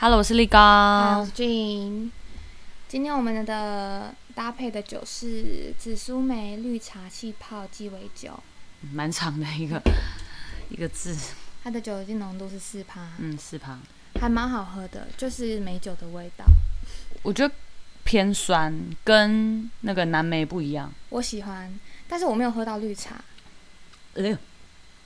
Hello，我是力好，高我是。Jane。今天我们的搭配的酒是紫苏梅绿茶气泡鸡尾酒，蛮长的一个 一个字，它的酒精浓度是四趴，嗯，四旁，还蛮好喝的，就是美酒的味道。我觉得偏酸，跟那个蓝莓不一样。我喜欢，但是我没有喝到绿茶呃，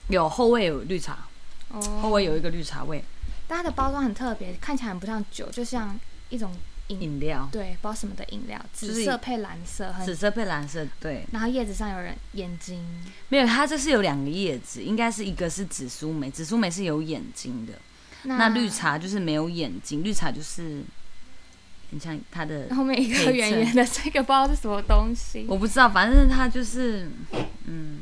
有后味有绿茶，后哦。味有一个绿茶味，但它的包装很特别，看起来很不像酒，就像一种饮料对不知道什么的饮料，就是紫色配蓝色，紫很。色配蓝色，对，然后叶子上有人眼睛，没有，它这是有两个叶子，应该是一个是紫苏梅，紫苏梅是有眼睛的，那那绿茶就是没有眼睛，绿茶就是很像它的后面一内个侧圆圆的，这个不知道是什么东西。我不知道，反正它就是，嗯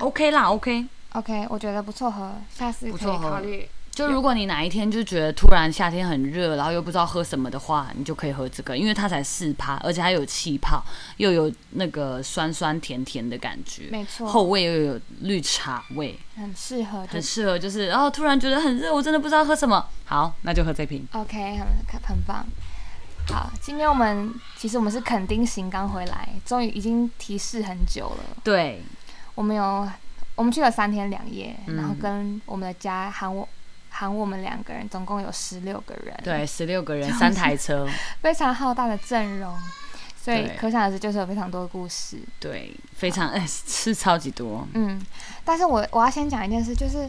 ，OK 啦，OK。 OK，我觉得不错喝，下次不可错以喝考虑。就如果你哪一天就觉得突然夏天很热，然后又不知道喝什么的话，你就可以喝这个，因为它才四趴，而且它有气泡，又有那个酸酸甜甜的感觉，没错，后味又有绿茶味，很适合就很适合就是，然后突然觉得很热，我真的不知道喝什么，好，那就喝这瓶。 OK，很很棒。好，今天我们其实我们是垦丁行刚回来，终于已经提示很久了。对，我们有我们去了三天两夜，嗯然后跟我们的家喊我喊我们两个人，总共有十六个人，，对，十六个人，三台车，非常浩大的阵容，所以对可想而知就是有非常多的故事。 对，非常，哎，是超级多，嗯，但是我我要先讲一件事，就是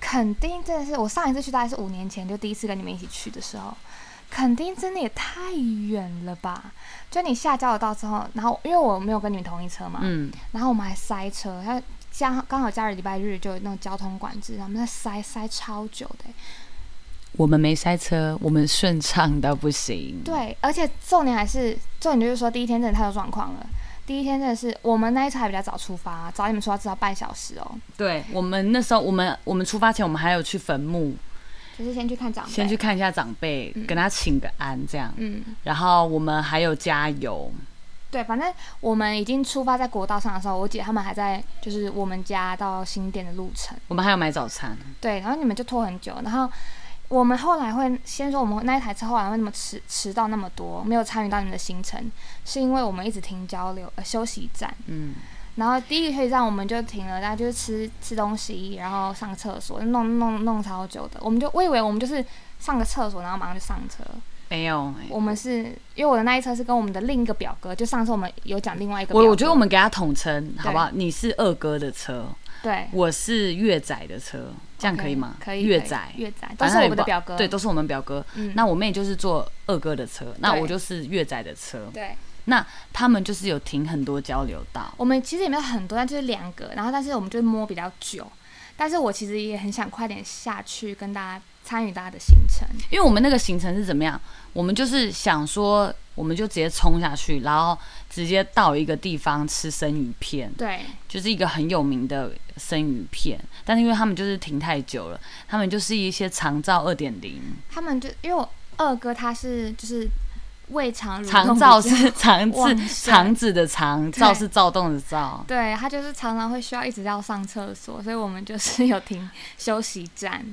垦丁真的是我上一次去大概是五年前，就第一次跟你们一起去的时候，垦丁真的也太远了吧？就你下交流道之后，然后因为我没有跟你们同一车嘛，嗯，然后我们还塞车，然后加刚好假日礼拜日就有那种交通管制，然后我们在塞塞超久的欸、我们没塞车，我们顺畅到不行，对，而且重点还是重点就是说，第一天真的太多状况了。第一天真的是我们那一车还比较早出发，早你们出发至少半小时哦，对，我们那时候，我们我们出发前，我们还有去坟墓。就是先去看长辈，先去看一下长辈，嗯跟他请个安这样。嗯。然后我们还有加油，对，反正我们已经出发在国道上的时候，我姐他们还在就是我们家到新店的路程。我们还有买早餐。对，然后你们就拖很久，然后我们后来会先说我们那一台车后来为什么迟迟到那么多，没有参与到你们的行程，是因为我们一直停交流呃休息站，嗯，然后第一个休息站我们就停了，然后就是吃吃东西，然后上厕所，弄弄弄超久的。我们就我以为我们就是上个厕所，然后马上就上车。没有、欸我们是因为我的那一车是跟我们的另一个表哥，就上次我们有讲另外一个表哥，我我觉得我们给他统称好不好？你是二哥的车，对。我是月仔的车，这样可以吗 OK，可以。月可以仔，月仔都反正是我他也们不的表哥。对，都是我们表哥。嗯，那我妹就是坐二哥的车，那对我就是月仔的车。对，他们就是有停很多交流道，我们其实也没有很多，但就是两个，然后但是我们就摸比较久。但是我其实也很想快点下去跟大家参与大家的行程，因为我们那个行程是怎么样？我们就是想说，我们就直接冲下去，然后直接到一个地方吃生鱼片。对，就是一个很有名的生鱼片，但是因为他们就是停太久了，他们就是一些长照二点零，他们就因为我二哥他是就是胃肠蠕动长比照较是长旺治盛长子的长，对照是躁动的躁， 对他就是常常会需要一直要上厕所，所以我们就是有停休息站，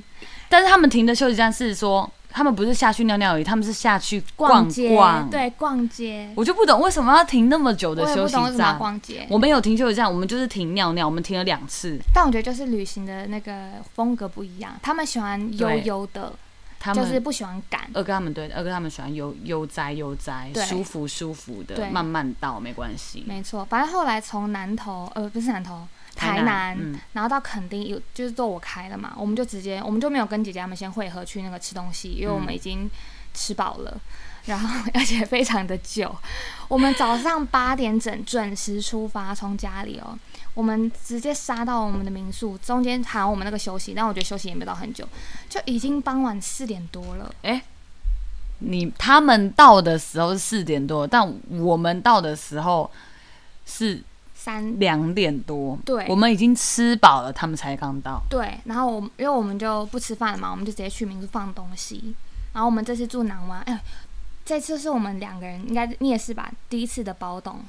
但是他们停的休息站是说，他们不是下去尿尿而已，他们是下去逛街，对，逛街。我就不懂为什么要停那么久的我也休不息懂为什么要站。逛街，我们有停休息站，我们就是停尿尿，我们停了两次。但我觉得就是旅行的那个风格不一样，他们喜欢悠对悠的，他们呃就是不喜欢赶。二哥他们对二哥他们喜欢悠悠哉悠哉，对舒服舒服的，对慢慢到没关系。没错，反正后来从南投，呃，不是南投，台南，南，嗯，然后到垦丁，有就是坐我开了嘛，我们就直接，我们就没有跟姐姐他们先会合去那个吃东西，因为我嗯们已经吃饱了，然后 而且非常的久，我们早上八点整准时出发，从家里哦，我们直接杀到我们的民宿，中间喊我们那个休息，但我觉得休息也没有到很久，就已经傍晚四点多了。你他们到的时候是四点多，但我们到的时候是三两点多。对我们已经吃饱了，他们才刚到。对，然后我们因为我们就不吃饭了嘛，我们就直接去民宿放东西。然后我们这次住南湾，哎，这次是我们两个人，应该你也是吧？第一次的包栋，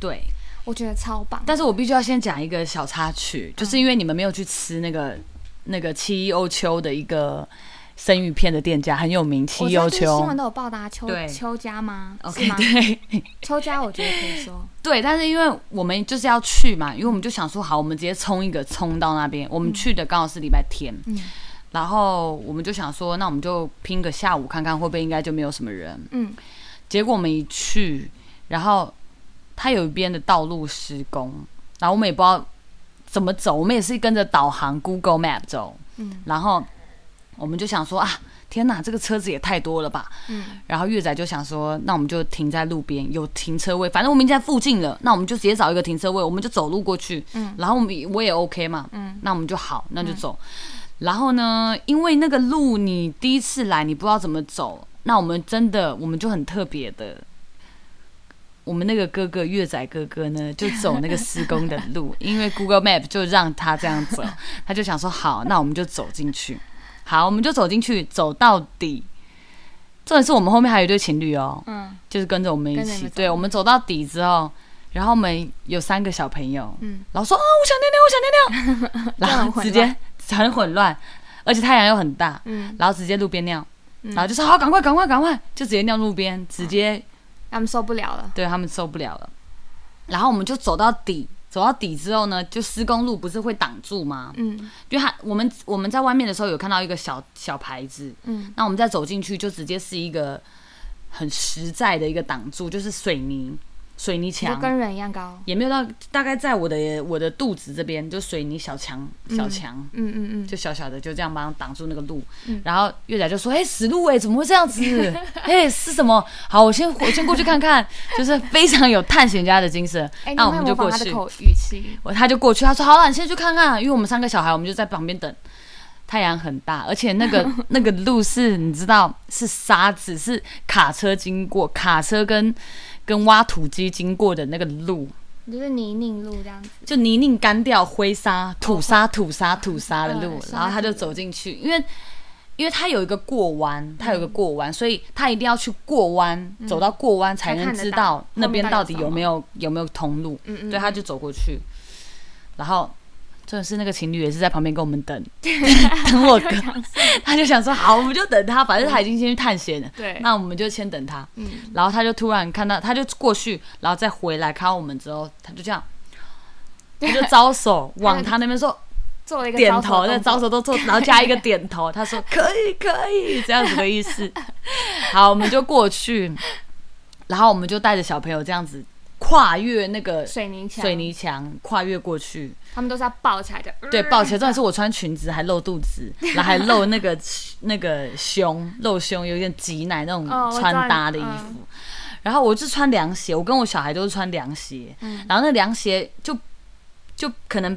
对，我觉得超棒。但是我必须要先讲一个小插曲，就是因为你们没有去吃那个那个七欧秋的一个生鱼片的店家，很有名，我戚知道又就是新秋闻。都有报道，邱对邱家吗 OK，是吗？对邱家我觉得可以说，对，但是因为我们就是要去嘛，因为我们就想说，好，我们直接冲一个冲到那边。我们去的刚好是礼拜天，嗯然后我们就想说，那我们就拼个下午看看会不会应该就没有什么人。嗯，结果我们一去，然后它有一边的道路施工，然后我们也不知道怎么走，我们也是跟着导航 Google Map 走，嗯然后我们就想说啊，天哪，这个车子也太多了吧！嗯然后月仔就想说，那我们就停在路边有停车位，反正我们已经在附近了，那我们就直接找一个停车位，我们就走路过去。嗯然后我们也我也 OK 嘛，嗯，那我们就好，那就走。然后呢，因为那个路你第一次来，你不知道怎么走，那我们真的我们就很特别的。我们那个哥哥月仔哥哥呢，就走那个施工的路，因为 Google Map 就让他这样走，他就想说好，那我们就走进去，好，我们就走进去，走到底。重点是我们后面还有一对情侣哦，嗯就是跟着我们一跟着你起，们走对我们走到底之后，然后我们有三个小朋友，嗯，然后说啊，我想尿尿，我想尿 尿，就很然后混直接很混乱，而且太阳又很大，嗯然后直接路边尿，嗯嗯然后就说好，赶快，赶快，赶快，就直接尿路边，直接他们受不了了，对他们受不了了。然后我们就走到底，走到底之后呢，就施工路不是会挡住吗？嗯因为他我们我们在外面的时候有看到一个小小牌子，嗯那我们再走进去就直接是一个很实在的一个挡住，就是水泥水泥就墙，跟人一样高，也没有到大概在我的我的肚子这边，就水泥小墙小墙。嗯嗯嗯就小小的，就这样帮他挡住那个路，嗯然后月仔就说：“哎、死路哎、怎么会这样子？ 哎、是什么？好，我先我先过去看看，就是非常有探险家的精神。 哎，那你我会们就模过仿他的去，口语气，我他就过去，他说：“好了，你先去看看。”啊因为我们三个小孩，我们就在旁边等。太阳很大，而且那个那个路是，你知道是沙子，是卡车经过，卡车跟跟挖土机经过的那个路，就是泥泞路这样子，就泥泞干掉、灰沙、土沙、土沙、土哦沙的路嗯，然后他就走进去，因为因为他有一个过弯，他有一个过弯，所以他一定要去过弯，走到过弯嗯才能知道那边到底有没有有没有通路。嗯嗯，对，他就走过去，然后真的是那个情侣也是在旁边跟我们 等，等 我哥，他就想说好，我们就等他，反正他已经先去探险了，对，那我们就先等他。嗯然后他就突然看到，他就过去，然后再回来看到我们之后，他就这 样，他就招手往他那边说做了一个点招手头，的那动作招手都做，然后加一个点头，他说 可以可以这样子的意思。 好，我们就过去，然后我们就带着小朋友这样子跨越那个水泥墙，水泥墙，跨越过去。他们都是要抱起来的，对，抱歉，重点是我穿裙子还露肚子，然后还露那 个那个胸，露胸有点挤奶那种哦我知道穿搭的衣嗯服。然后我就穿凉鞋，我跟我小孩都是穿凉鞋，嗯然后那凉鞋就就可能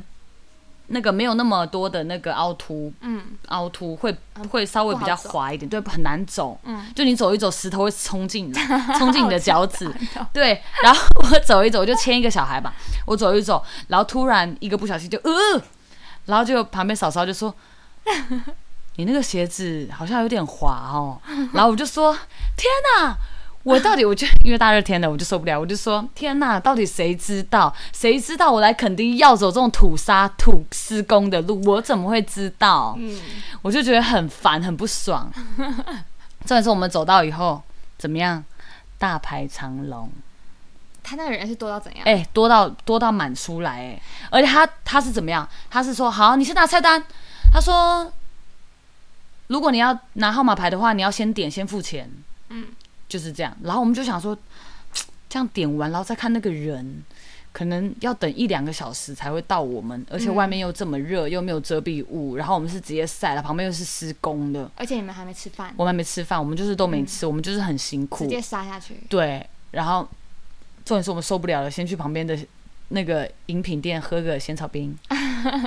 那个没有那么多的那个凹凸，嗯凹凸会嗯会稍微不比好较走滑一点，对，很难走。嗯，就你走一走，石头会冲 进来，冲进你的脚趾道。对，然后我走一走，我就牵一个小孩吧，我走一走，然后突然一个不小心就呃，然后就旁边嫂嫂就说：“你那个鞋子好像有点滑哦。”然后我就说：“天哪！”我到底，我就因为大热天的，我就受不了，我就说天哪，到底谁知道？谁知道我来垦丁要走这种土沙土施工的路，我怎么会知道？嗯，我就觉得很烦，很不爽。 重点是我们走到以后怎么样？大排长龙， 他那个人是多到怎样？哎、多到多到满出来、哎，而且他他是怎么样？他是说好，你先拿菜单。他说，如果你要拿号码牌的话，你要先点，先付钱。嗯，就是这样。然后我们就想说，这样点完，然后再看那个人，可能要等一两个小时才会到我们，而且外面又这么嗯热，又没有遮蔽物，然后我们是直接晒了，旁边又是施工的，而且你们还没吃饭，我们还没吃饭，我们就是都没吃，我们就是很辛哎嗯直苦。接杀下去，对，然后重点是我们受不了了，先去旁边的那个饮品店喝个仙草冰，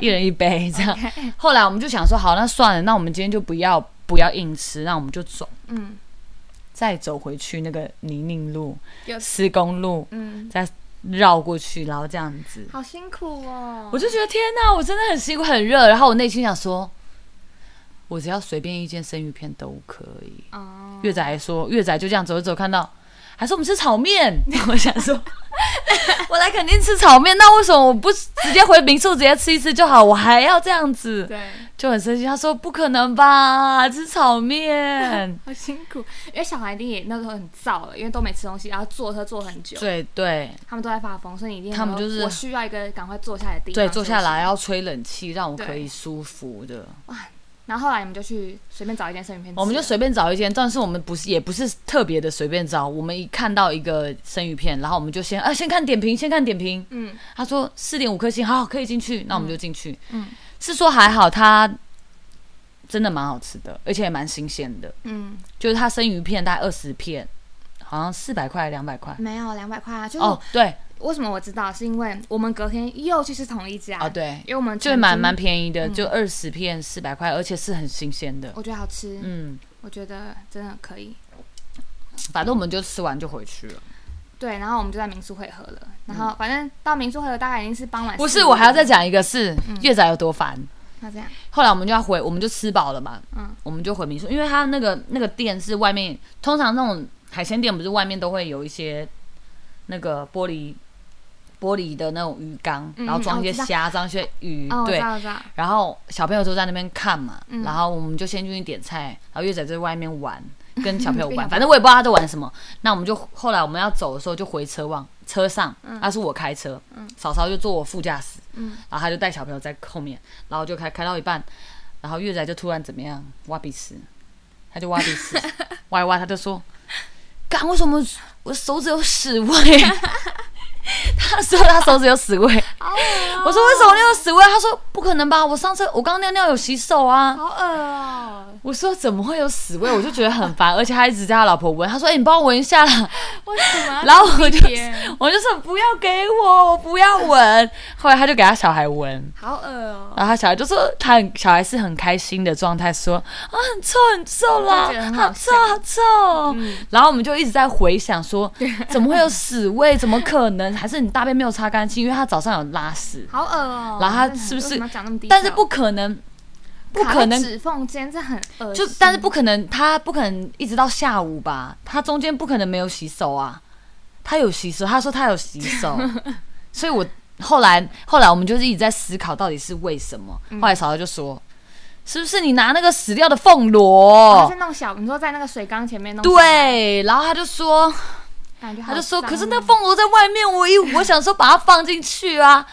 一人一杯这样。后来我们就想说，好，那算了，那我们今天就不要不要硬吃，那我们就走，嗯，再走回去那个泥泞路、有施工路，嗯，再绕过去，然后这样子。好辛苦哦，我就觉得天哪，我真的很辛苦，很热。然后我内心想说，我只要随便一间生鱼片都可以。哦，月仔还说，月仔就这样走一走，看到还是我们吃炒面？ 我想说，我来肯定吃炒面，那为什么我不直接回民宿直接吃一吃就好？我还要这样子，对，。就很生气。他说不可能吧，吃炒面好辛苦，因为小孩弟也那时候很燥了，因为都没吃东西，然后坐车坐很久，对对他们都在发疯，所以你一定他们要就是我需要一个赶快坐下来的地方，对，坐下来。要吹冷气，让我可以舒服的。然后后来你们就去随便找一间生鱼片吃了，我们就随便找一间，但是我们不是也不是特别的随便找，我们一看到一个生鱼片，然后我们就先啊先看点评，先看点评。嗯他说四点五颗星，好可以进去，那我们就进去。嗯是说还好，它真的蛮好吃的，而且也蛮新鲜的。嗯，就是它生鱼片大概二十片，好像四百块两百块。没有两百块啊，就是哦，对，为什么我知道，是因为我们隔天又去吃同一家哦对，因为我们就是蛮蛮曾经，便宜的，就嗯二十片四百块，而且是很新鲜的。我觉得好吃，嗯，我觉得真的可以。反正我们就吃完就回去了。对，然后我们就在民宿汇合了，然后反正到民宿汇合大概已经是傍晚4点了，嗯不啊是，嗯我还要再讲一个事，月仔有多烦。那这样，后来我们就要回，我们就吃饱了嘛，嗯我们就回民宿，因为它那个那个店是外面，通常那种海鲜店不是外面都会有一些那个玻璃玻璃的那种鱼缸，嗯然后装一些哦我知道虾，装一些鱼，哦，嗯我知对。道我 知道，然后小朋友都在那边看嘛，嗯然后我们就先进去点菜，然后月仔就在外面 玩，跟小朋友跟小朋玩，友反正我也不知道他在玩什么。那我们就后来我们要走的时候就回车望车上，那、嗯是我开车，嗯嫂嫂就坐我副驾驶，嗯然后他就带小朋友在后面，然后就开开到一半，然后月仔就突然怎么样挖鼻屎，他就挖鼻 屎，挖一挖他就说：“干，为什么我手指有屎味？” 他说他手指有屎味，好恶哦我说为什么你有屎味？他说不可能吧，我上次我刚尿尿有洗手啊。好恶哦，我说怎么会有屎味？我就觉得很烦，而且他一直叫他老婆闻，他说：“哎、你帮我闻一下 啦。为什么要然后我就这么甜 我就说：“不要给我，我不要闻。” 后来他就给他小孩闻，好恶哦，然后他小孩就说，他很小孩是很开心的状态，说啊很臭很臭啦就觉得，很好好嗯臭好臭。然后我们就一直在回想 说，怎么会有屎味？怎么可能？还是你大便没有擦干净？因为他早上有拉屎，好恶哦。然后他真的很是不是为什么要讲那么低调？但是不可能，不卡可在能。指缝间，这很恶就心但是不可能，他不可能一直到下午吧？他中间不可能没有洗手啊。他有洗手，他说他有洗手， 所以我后来后来我们就是一直在思考到底是为什么。嗯后来嫂嫂就说，是不是你拿那个死掉的凤哦螺他？是弄小，你说在那个水缸前面弄小，对，然后他就说，感觉好他就说，脏哦啊可是那凤螺在外面，我一我想说把它放进去啊。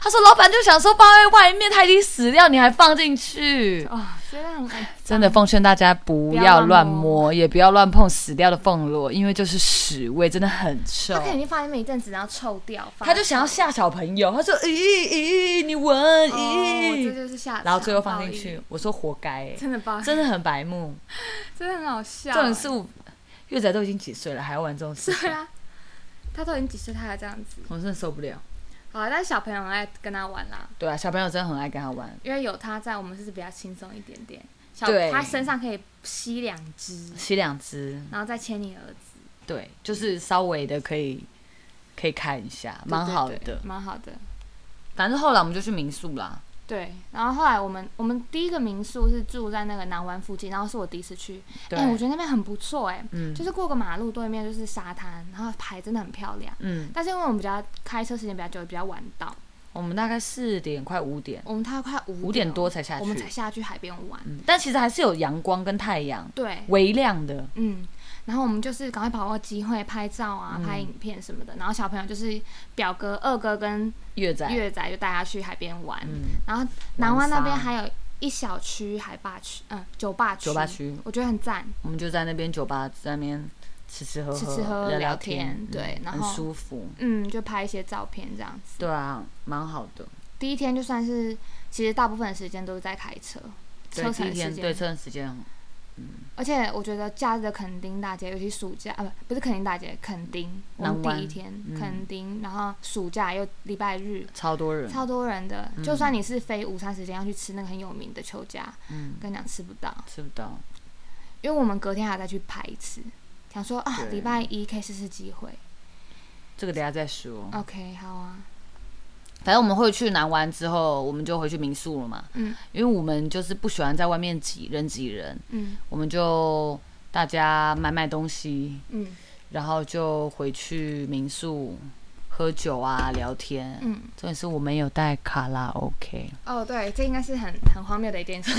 他说：“老板就想说放在外面，它已经死掉，你还放进去？哦，真的很恶心真的奉劝大家不要乱摸，也不要乱碰死掉的凤螺，因为就是屎味，真的很臭他。肯定放在那边一阵子，然后臭掉，他就想要吓小朋友，他说：“咦咦，你闻发哦，这咦。就是下，然后最后放进强暴去，我说活该、欸力，真的吧？真的很白目。真的很好笑，这种事我月仔都已经几岁了，还要玩这种事， 对啊，他都已经几岁，他还这样子，我真的受不了。好啊，但是小朋友很爱跟他玩啦，对啊，小朋友真的很爱跟他玩。因为有他在，我们是比较轻松一点点，小对他身上可以吸两只，洗两只，然后再牵你儿子，对，就是稍微的可以可以看一下，对蛮对好对的。蛮好的。反正后来我们就去民宿啦，对，然后后来我们我们第一个民宿是住在那个南湾附近，然后是我第一次去，对，哎、我觉得那边很不错哎、嗯就是过个马路对面就是沙滩，然后海真的很漂亮。嗯，但是因为我们比较开车时间比较久，比较晚到，我们大概四点快五点。我们大概快五哦五点多才下我们去才下去海边玩。嗯但其实还是有阳光跟太阳，对，微亮的。嗯，然后我们就是赶快把握机会拍照啊、嗯拍影片什么的。然后小朋友就是表哥、二哥跟月仔，月仔就带他去海边玩。嗯，然后南湾那边玩沙还有一小区海坝区，嗯，酒吧区，酒吧区，我觉得很赞。我们就在那边酒吧，在那边吃吃喝喝，吃吃喝喝聊聊天，天对嗯然后很舒服，嗯，就拍一些照片这样子。对啊，蛮好的。第一天就算是，其实大部分的时间都是在开车，对，车第一程的天时对间。这段时间很，而且我觉得假日的垦丁大街，尤其暑假啊，不不是垦丁大街，垦丁，我南们湾第一天嗯垦丁，然后暑假又礼拜日，超多人，超多人的。就算你是非午餐时间要去吃那个很有名的邱家，嗯，跟你讲吃不到，吃不到，因为我们隔天还要再去排一次，想说啊对礼拜一可以试试机会。这个等一下再说。 OK，好啊，反正我们会去南湾之后，我们就回去民宿了嘛，嗯因为我们就是不喜欢在外面挤人挤人，嗯我们就大家买买东西，嗯，然后就回去民宿喝酒啊，聊天。嗯，重点是我没有带卡拉 OK，哦，对，这应该是很很荒谬的一 件事。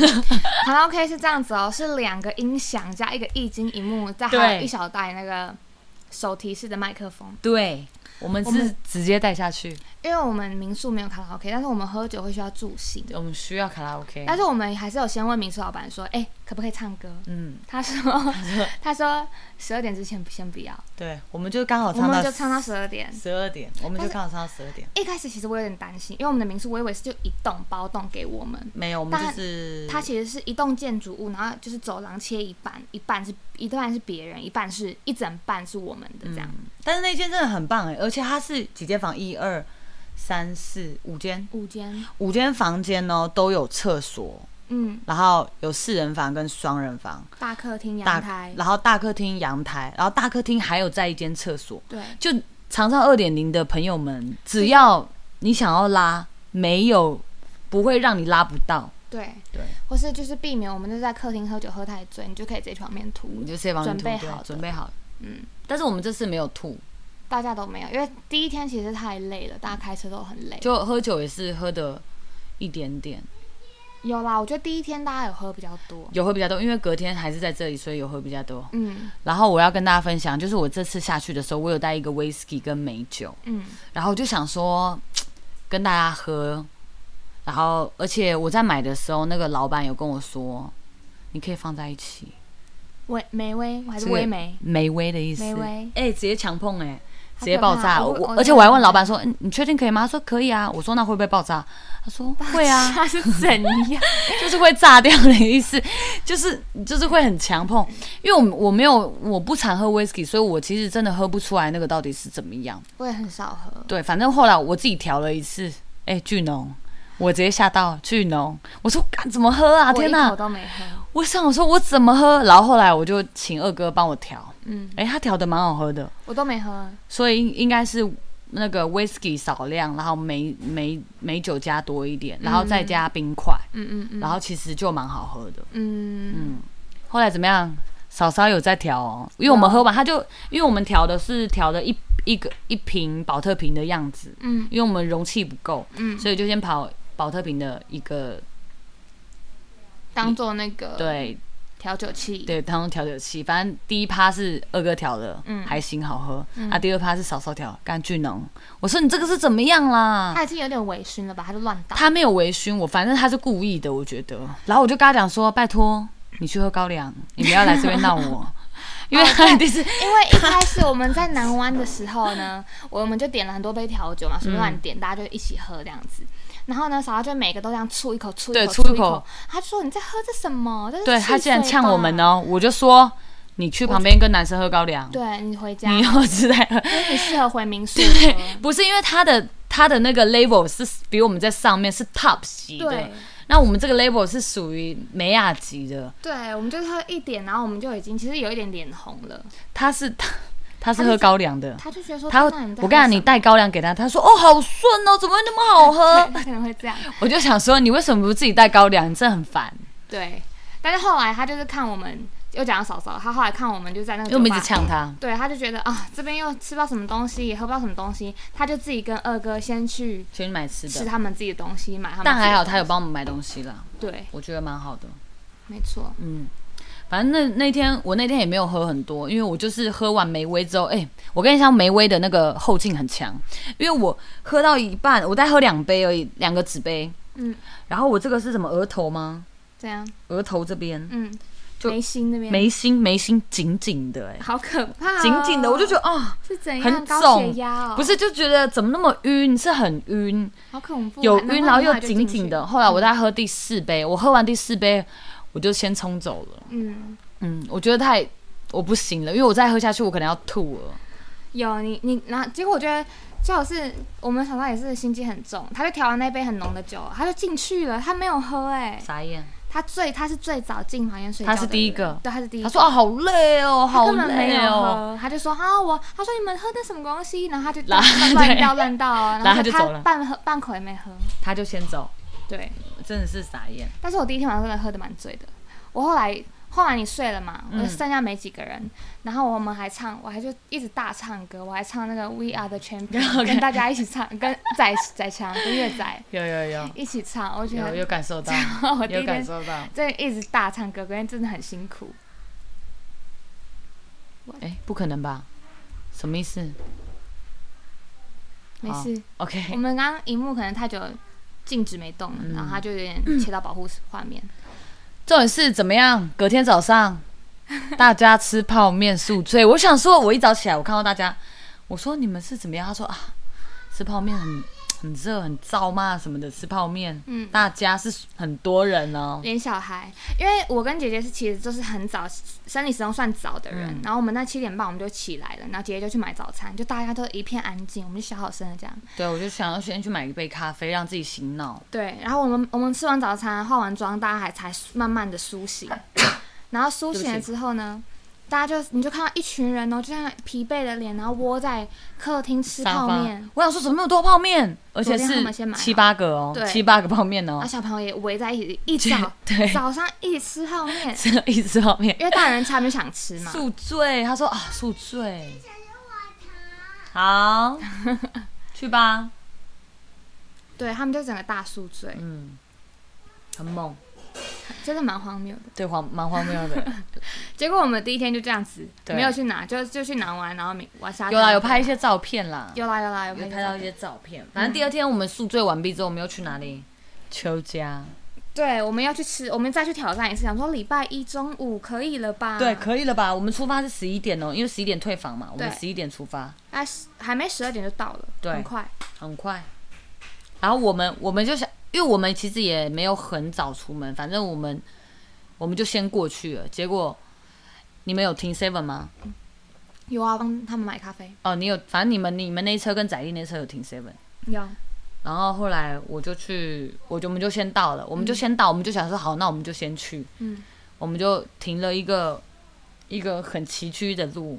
卡拉 OK 是这样子哦，是两个音响加一个一晶一幕，再还有对一小袋那个手提式的麦克风。对我们我是们直接带下去，因为我们民宿没有卡拉 OK，但是我们喝酒会需要助兴，我们需要卡拉 OK。但是我们还是有先问民宿老板说，哎、可不可以唱歌？嗯，他说，他说十二点之前先不要，对，我们就刚好我哦唱们到就唱到十二点。十二点，我们但就是刚好唱到十二点。一开始其实我有点担心，因为我们的民宿我以为是就一栋包栋给我们，没有，我们但就是它其实是一栋建筑物，然后就是走廊切一半，一半是一段是别人，一半是一整半是我们的这样，但是那间真的很棒哎，而且它是几间房？一二三四五间，五间，五间房间哦都有厕所，嗯，然后有四人房跟双人房，大客厅、阳大台，然后大客厅、阳台，然后大客厅还有在一间厕所。对，就长上二点零的朋友们，只要你想要拉，没有不会让你拉不到，对，对，或是就是避免我们就在客厅喝酒喝太醉，你就可以直接去旁边你吐，就直接帮你吐准备掉好的准备好。嗯，但是我们这次没有吐，大家都没有，因为第一天其实太累了，大家开车都很累。就喝酒也是喝的一点点，有啦，我觉得第一天大家有喝比较多，有喝比较多，因为隔天还是在这里，所以有喝比较多。嗯然后我要跟大家分享，就是我这次下去的时候，我有带一个 whisky 跟美酒，嗯，然后我就想说跟大家喝，然后而且我在买的时候，那个老板有跟我说，你可以放在一起，微梅威还是这个微梅，梅威的意思。梅威哎、直接强碰哎、好直接可怕爆炸！我我我而且我还问老板说：“嗯，你确定可以吗？”他说：“可以啊。”我说：“那会不会爆炸？”他说：“会啊， 他是怎样？就是会炸掉的意思，就是就是会很强碰。因为我我没有我不常喝 whisky，所以我其实真的喝不出来那个到底是怎么样。 我也很少喝，对，反正后来我自己调了一次，哎、巨浓，我直接吓到巨浓。我说：“干怎么喝啊？我天一哪口！”都没喝。我想我说我怎么喝？然后后来我就请二哥帮我调，嗯，哎、他调的蛮好喝的。我都没喝。所以应应该是那个 whisky 少量，然后美美美酒加多一点，然后再加冰块，嗯嗯嗯，然后其实就蛮好喝的。嗯，后来怎么样？嫂嫂有在调哦，因为我们有喝完，他就因为我们调的是调的一一个一瓶保特瓶的样子，嗯因为我们容器不够，嗯，所以就先跑保特瓶的一个当做那个对调酒器。，对当中调酒器。反正第一趴是二哥调的，嗯还行好喝。嗯啊，第二趴是嫂嫂调，干巨浓。我说你这个是怎么样啦？他已经有点微醺了吧？他就乱倒。他没有微醺我，反正他是故意的，我觉得。然后我就跟他讲说：“拜托，你去喝高粱，你不要来这边闹 我，因哦为他一定是因为一开始我们在南湾的时候呢，我们就点了很多杯调酒嘛，随便乱点，大家就一起喝这样子。然后呢，嫂嫂就每个都这样吐一口，吐一对口，吐一一口口。他就说你在喝这什么？这是对汽他竟然水呛吧我们。哦。”我就说：“你去旁边跟男生喝高粱，对你 回家，你你又是在喝。适合回民宿喝。”不是因为他的他的那个 label 是比我们在上面是 top 级的对，那我们这个 label 是属于美亚级的，对，我们就喝一点，然后我们就已经其实有一点脸红了。他是 他他是他就喝是高粱的。他就觉得说，他天哪我们在跟你讲，喝你什么带高粱给他，他说哦好顺哦，怎么会那么好喝？ 他可能会这样。我就想说，你为什么不自己带高粱？你真的很烦，对，但是后来他就是看我们，又讲到嫂嫂，他后来看我们就在那个因为我们一直酒吧呛他。对，他就觉得啊、这边又吃不到什么东西，也喝不到什么东西，他就自己跟二哥先去去买吃吃的，他们自己的东西，买他们。但还好他有。帮我们买东西啦，对，我觉得蛮好的。没错，嗯，反正那那天我那天也没有喝很多，因为我就是喝完梅威之后，哎、我跟你讲，梅威的那个后劲很强，因为我喝到一半，我再喝两杯而已，两个纸杯，嗯，然后我这个是什么额头吗？这样，额头这边嗯，就眉心那边眉心眉心紧紧的、哎，好可怕、哦，紧紧的，我就觉得得啊、是怎样很高血肿压哦，不是就觉得怎么那么晕，是很晕。好恐怖啊，有难晕，怪然后你又后来就紧进紧去嗯的。，后来我在喝第四杯，我喝完第四杯，我就先冲走了。嗯，嗯，我觉得太我不行了，因为我再喝下去，我可能要吐了。有你你，然后结果我觉得最好是我们小张也是心机很重，他就调完那杯很浓的酒，他就进去了，他没有喝哎、傻眼，他最他是最早进房间睡觉的人，他是第一个对，他是第一他个。说啊，好累哦，他好根本没累有哦。喝，他就说啊我，他说你们喝的什么东西，然后他就 然后乱乱倒 乱倒啊，然后他后就他走了半喝半口也没喝，他就先走，对。真的是傻眼。但是我第一天晚上真的喝的蛮醉的，我后来后来你睡了嘛，嗯我剩下没几个人，然后我们还唱，我还就一直大唱歌，我还唱那个 We Are the Champion， OK 跟大家一起唱，跟仔仔强跟月仔有有有一起唱，我觉有有得感受到， 我第有一感天受到。真的一直大唱歌，因为真的很辛苦。哎，不可能吧？什么意思没好事，我？OK，们刚刚荧幕可能太久静止没动了，然后它就有点切到保护画面。重点是怎么样？隔天早上 大家吃泡面宿醉，我想说，我一早起来我看到大家，我说你们是怎么样？他说啊，吃泡面很很热很燥嘛什么的，吃泡面。嗯，大家是很多人哦，连小孩，因为我跟姐姐是其实就是很早生理时钟算早的人，嗯然后我们那七点半我们就起来了，然后姐姐就去买早餐，就大家都一片安静，我们就小好声的这样。对，我就想要先去买一杯咖啡，让自己醒脑。对，然后我们我们吃完早餐化完妆，大家还才慢慢的苏醒，然后苏醒了之后呢，大家就你就看到一群人哦，就像疲惫的脸，然后窝在客厅吃三泡方面，，我想说怎么那么多泡面，而且昨天他们是先买好七八个哦对，啊七八个泡面哦然后，小朋友也围在一起，一早 对，早上一起吃泡面，吃了一只泡面，因为大人他们想吃嘛。宿醉，他说啊，宿醉。好， 去吧。对他们就整个大宿醉，嗯，很猛，真的蛮荒谬的。对，荒蛮荒谬 的。结果我们第一天就这样子，对没有去拿，就就去拿完，然后明晚上有啦，有拍一，些照片啦，有啦有啦有有拍拍到一些照片。嗯反正第二天我们宿醉完毕之后，我们又去哪里？邱家。啊对，我们要去吃，我们再去挑战一次，想说礼拜一中午可以了吧？对，可以了吧？我们出发是十一点哦，因为十一点退房嘛，我们对十一点出发，哎，还没十二点就到了，对很快。很快。然后我们我们就想，因为我们其实也没有很早出门，反正我们我们就先过去了。结果你们有听 Seven 吗？有啊，帮他们买咖啡，哦，你有，反正你们你们那一车跟载力那车有停 seven，有然后后来我就去，我就我们就先到了，我们就先到，我们就想说好，那我们就先去，嗯。我们就停了一个一个很崎岖的路，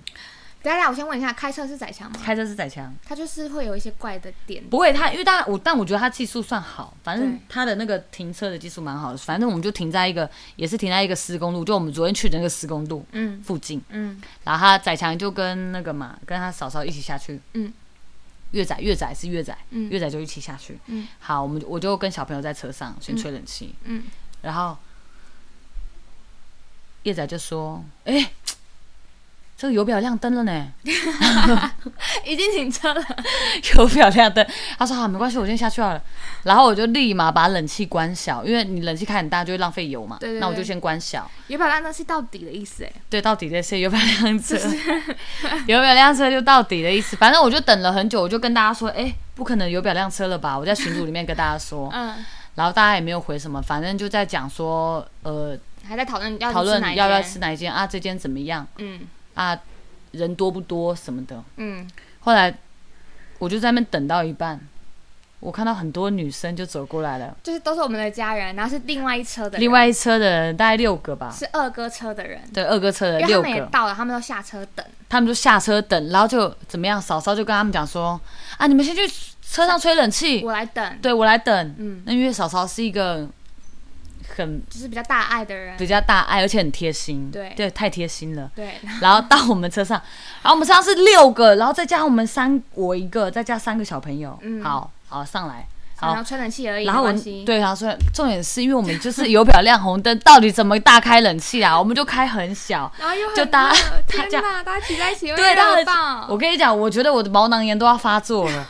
等一下，我先问一下，开车是宰强吗？开车是载强，他就是会有一些怪的点，不会他，因为大家我但我觉得他技术算好，反正对他的那个停车的技术蛮好的，反正我们就停在一个也是停在一个施工路，就我们昨天去的那个施工路嗯附近，嗯然后他载强就跟那个嘛跟他嫂嫂一起下去，嗯，月仔月仔是月仔，嗯月仔就一起下去。嗯好，我们我就跟小朋友在车上先吹冷气，嗯，然后叶仔就说：“哎、这个油表亮灯了呢，已经停车了， 油表亮灯。”他说：“好，没关系，我先下去好了。”然后我就立马把冷气关小，因为你冷气开很大就会浪费油嘛。对对那我就对先关小。也把它那是到底的意思哎。对，到底的是油表亮车， 油表亮车就到底的意思。反正我就等了很久，我就跟大家说：“哎、不可能油表亮车了吧？”我在群组里面跟大家 说，嗯，然后大家也没有回什么，反正就在讲说，呃，还在讨论要去讨论哪一要不要间吃。哪一间啊，这间怎么样嗯啊，人多不多什么的。嗯，后来我就在那边等到一半，我看到很多女生就走过来了，就是都是我们的家人，然后是另外一车的人，另外一车的人大概六个吧，是二哥车的人，对，二哥车的因为他六们也个，到了，他们都下车等。他们就下车等，然后就怎么样，嫂嫂就跟他们讲说啊，你们先去车上吹冷气，我来等，对我来等。嗯，那因为嫂嫂是一个很就是比较大爱的人比，较大爱，而且很贴心，对对，太贴心了。对，然后到我们车上，然后我们车上是六个，然后再加上我们三我一个，再加三个小朋友，嗯好好上来，然后好。吹冷气而已，然后没我关系，对他说，重点是因为我们就是油表亮红灯， 到底怎么大开冷气啊？我们就开很小，然后又很就 大热大天家哪，大家挤在一起会对，他热爆我，跟你讲，我觉得我的毛囊炎都要发作了。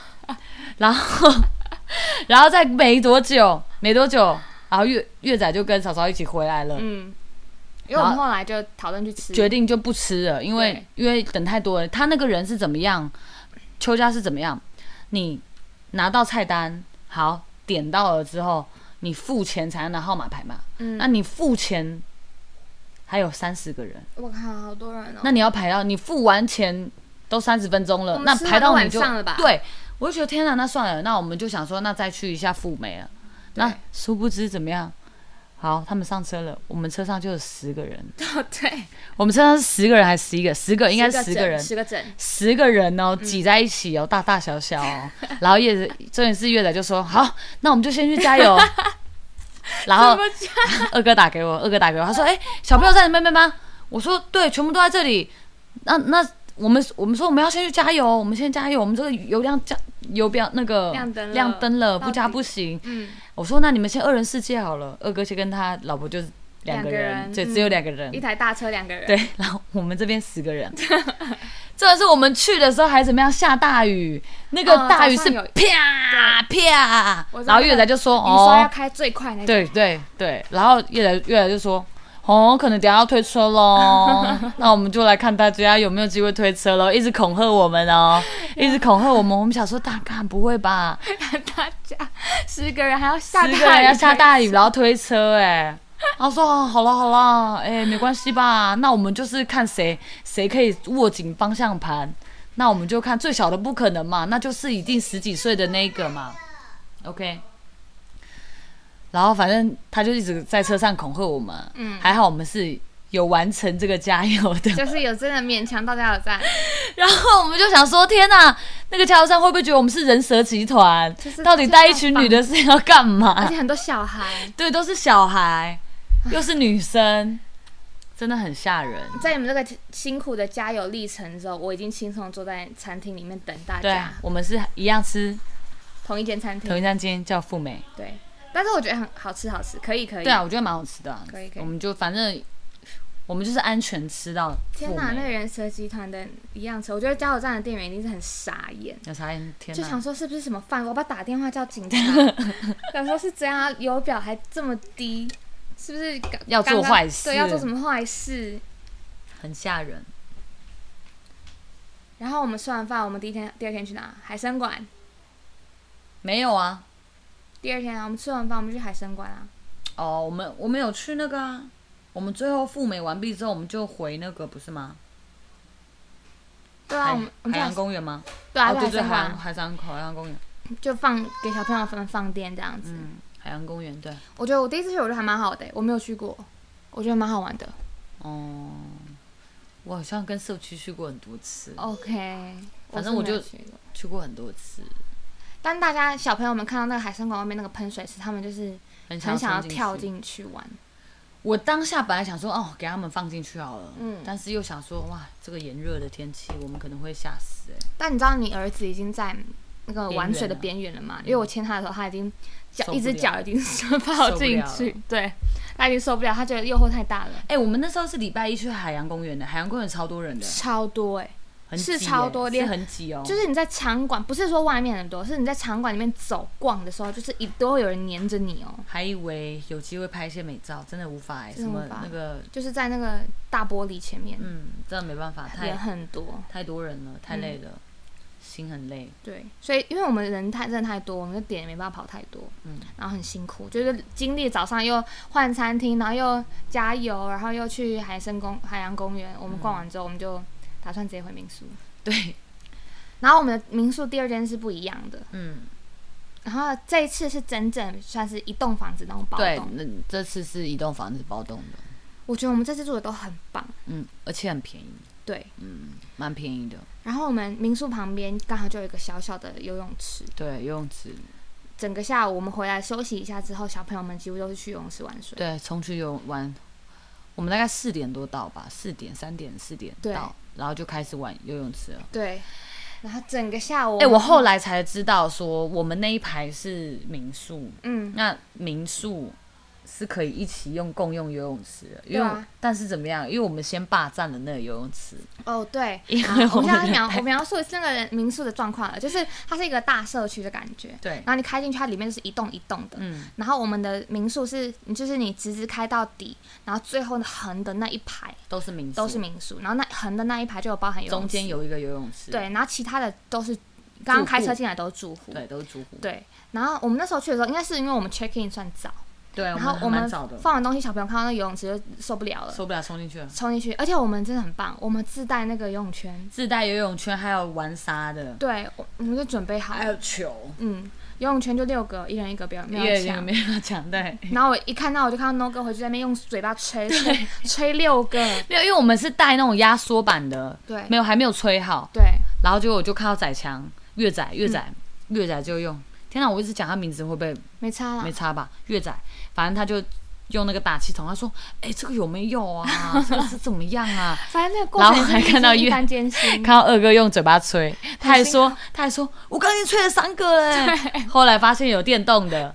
然后， 然后再没多久，没多久，然后月月仔就跟嫂嫂一起回来了，嗯，因为我然们后后来就讨论去吃，决定就不吃了，因为对因为等太多了。他那个人是怎么样？邱家是怎么样？你拿到菜单，好点到了之后，你付钱才能拿号码牌嘛。嗯那，你付钱，还有三十个人，我看好多人哦，那你要排到你付完钱都三十分钟我了，们那吃完排都到晚你就上了吧对，我就觉得天哪，那算了，那我们就想说，那再去一下富美了。对那殊不知怎么样？好，他们上车了，我们车上就有十个人。 对，我们车上是十个人还是十一个？十个应该是十十个人，十个嗯整，十个人哦，挤在一起哦，大大小 小哦。然后叶子，重点是月仔就说：“好，那我们就先去加油。”然后怎么讲 二哥打给我，二哥打给我，他说：“哎、小朋友在你妹妹吗？”我说：“对，全部都在这里。那”那我们我们说我们要先去加油，我们先加油，我们这个油量加油标那个亮灯了了到不加底不行。 嗯，我说：“那你们先二人世界好了。”二哥先跟他老婆就是两个两个人，人对，嗯只有两个人一。台大车两个人，对，然后我们这边十个人，这是我们去的时候还怎么样？下大雨，那个哦大雨早是上有啪啪我，知道然后那月个仔就说：“你说哦要，开最快那种，对对对，然后越来越来就说，哦，可能等一下要推车 喽，那我们就来看大家有没有机会推车喽，一直恐吓我们哦，一直恐吓我们，我们想说大干不会吧，大家十个人还要下十大雨，个人要下大雨，然后推车哎、然后说、哦、好了好了，哎、没关系吧？那我们就是看谁谁可以握紧方向盘，那我们就看最小的不可能嘛，那就是一定十几岁的那一个嘛。OK，然后反正他就一直在车上恐吓我们，嗯还好我们是有完成这个加油的，就是有真的勉强到加油站， 然后我们就想说，天哪，那个加油站会不会觉得我们是人蛇集团就是？到底带一群女的是要干嘛？而且很多小孩对，都是小孩，又是女生，真的很吓人。在你们这个辛苦的加油历程之后，我已经轻松地坐在餐厅里面等大对啊家，，我们是一样吃同一间餐同一厅，餐间叫富美。对，但是我觉得很好吃，好吃，可以可以，对啊，我觉得蛮好吃的啊、可以可以我们就反正我们就是安全吃到天富哪，那个美。人蛇集团的一样车，我觉得加油站的店员一定是很傻眼，有啥天就想哪！说是不是什么犯规，我把打电话叫 警察，想说是怎样油表还这么低，是不是刚要做刚刚坏事对，要做什么坏事？ 很吓人。然后我们吃完饭，我们第一天、第二天去哪？海参馆。没有啊，第二天啊，我们吃完饭，我们去海参馆啊。哦，我们我们有去那个啊，我们最后赴美完毕之后，我们就回那个不是吗？对啊，海我们我们海去海洋公园吗？对啊，哦，去对海对，参海洋馆海洋海洋公园，就放给小朋友们放电这样子。嗯，海洋公园对，我觉得我第一次去，我觉得还蛮好的、我没有去过，我觉得蛮好玩的。哦，我好像跟社区去过很多次。哦 OK，反正我是没有就去过去过很多次，但大家小朋友们看到那个海参馆外面那个喷水池，他们就是很很想要冲跳去。进去玩。我当下本来想说，哦，给他们放进去好了，嗯但是又想说，哇，这个炎热的天气，我们可能会吓死、哎，但你知道你儿子已经在那个玩水的边边缘嗯了吗？因为我牵他的时候，他已经脚受不了一只脚已经泡进受不了去，对，他已经受不了，他觉得诱惑太大了，哎、我们那时候是礼拜一去海洋公园的，海洋公园超多人的，超多哎、很挤、是超多哎连是很挤哦，就是你在场馆，不是说外面很多，是你在场馆里面走逛的时候，就是一都会有人黏着你哦，还以为有机会拍一些美照，真的无法哎、真什的无么法那个，就是在那个大玻璃前面，嗯，真的没办法，也太很嗯多，太多人了，太累了，心很累，对，所以因为我们人太真的太多，我们的点也没办法跑太多，嗯然后很辛苦，就是经历早上又换餐厅，然后又加油，然后又去海参公海洋公园，我们逛嗯完之后，我们就打算直接回民宿。对，然后我们的民宿第二间是不一样的，嗯，然后这一次是整整算是一栋房子那种包对，栋，那这次是一栋房子包栋的，我觉得我们这次住的都很棒，嗯，而且很便宜，对。嗯，蛮便宜的，然后我们民宿旁边刚好就有一个小小的游泳池，对，游泳池。整个下午我们回来休息一下之后，小朋友们几乎都是去游泳池玩水。对，冲去游玩，我们大概四点多到吧，四点、三点、四点对到，然后就开始玩游泳池了。对，然后整个下午，哎、我后来才知道说，我们那一排是民宿，嗯，那民宿是可以一起用共用游泳池的，因对为、啊但是怎么样？因为我们先霸占了那个游泳池，哦，对，因为好我我们现在们描我描述的是那个人民宿的状况了，就是它是一个大社区的感觉，对然，后你开进去，它里面就是一栋一栋的，嗯，然后我们的民宿是，你就是你直直开到底，然后最后横的那一排都是民宿，都是民宿，然后那横的那一排就有包含游泳中间池有一个游泳池，对，然后其他的都是刚刚开住户车进来都是住户，对，都是住户，对然后我们那时候去的时候，应该是因为我们 check in 算早，对，然我后们还我蛮们早的，放完东西，小朋友看到那游泳池就受不了了，受不了冲进去了，冲进去，而且我们真的很棒，我们自带那个游泳圈，自带游泳圈，还有玩沙的，对，我我们就准备好，还有球，嗯，游泳圈就六个，一人一个，不要没也有 抢。没有抢，对。然后我一看到，我就看到 No 哥回去在那边用嘴巴吹，吹吹六个，没有，因为我们是带那种压缩版的，对没有还没有吹好，对，嗯然后结果我就看到仔强、月仔、月仔、月仔就用天哪，我一直讲他名字会不会没差啦没。差吧？月仔，反正他就用那个打气筒，他说：“哎、这个有没有啊？这个是怎么样 啊？”反正那个过然后程还就是一看到一月番艰辛，看到二哥用嘴巴吹，他还心说，他还说，我刚才吹了三个哎、后来发现有电动的，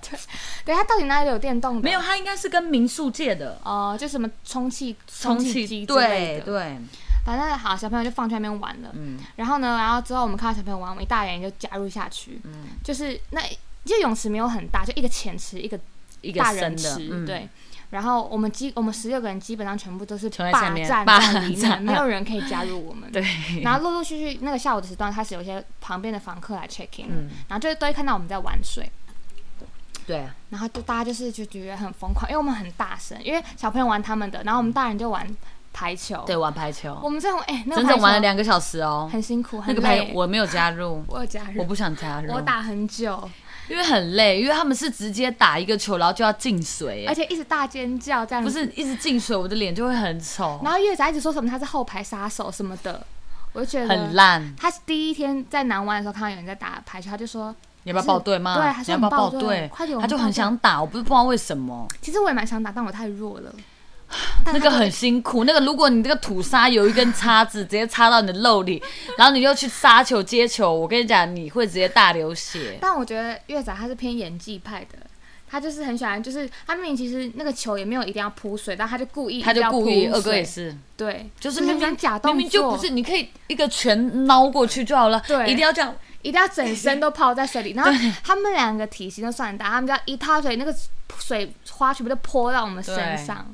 对他到底哪里有电动的？没有，他应该是跟民宿借的哦、就什么充气充气气，机之对类的。对，反正好，小朋友就放去那边玩了。嗯然后呢，然后之后我们看到小朋友玩，我们一大眼就加入下去。嗯，就是那就泳池没有很大，就一个浅池，一个一个大深人的池，，嗯， 对。然后我们基我们十六个人基本上全部都是全在下霸面占霸在里占面，没有人可以加入我们。对， 然后陆陆续续那个下午的时段开始，有一些旁边的房客来 check in，、嗯然后就都会看到我们在玩水，对，然后就大家就是就觉得很疯狂，因为我们很大声，因为小朋友玩他们的，然后我们大人就玩排球。对，，玩排球，我们这种哎、那个整排整玩了球两个小时哦，很辛苦，那很个排累。我没有加 入。我有加入，我不想加入，我打很久，因为很累，因为他们是直接打一个球，然后就要进水，而哎且一直大尖叫这样不子。是一直进水，我的脸就会很丑，然后月仔一直说什么他是后排杀手什么的，我就觉得很。烂。他第一天在南湾的时候看到有人在打排球，他就说你要不要报队吗？对还你是要很不要报报队快点我他们就报很队想打，我不是不知道为什么，：“其实我也蛮想打，但我太弱了。但那他个就很辛苦。那个如果你这个土沙有一根叉子 直接插到你的肉里， 然后你又去杀球接球，我跟你讲，你会直接大流血”。但我觉得月仔他是偏演技派的，他就是很喜欢，就是他明明其实那个球也没有一定要扑水，但他就故意他就一定要故意，扑二哥水也是，对，就是很明喜欢明假动明作，明就不是，你可以一个拳挠过去就好了，对一定要这样，一定要整身都泡在水 里。然后他们两个体型都算大，他们只要一泡水，那个水花全部都泼到我们身对上，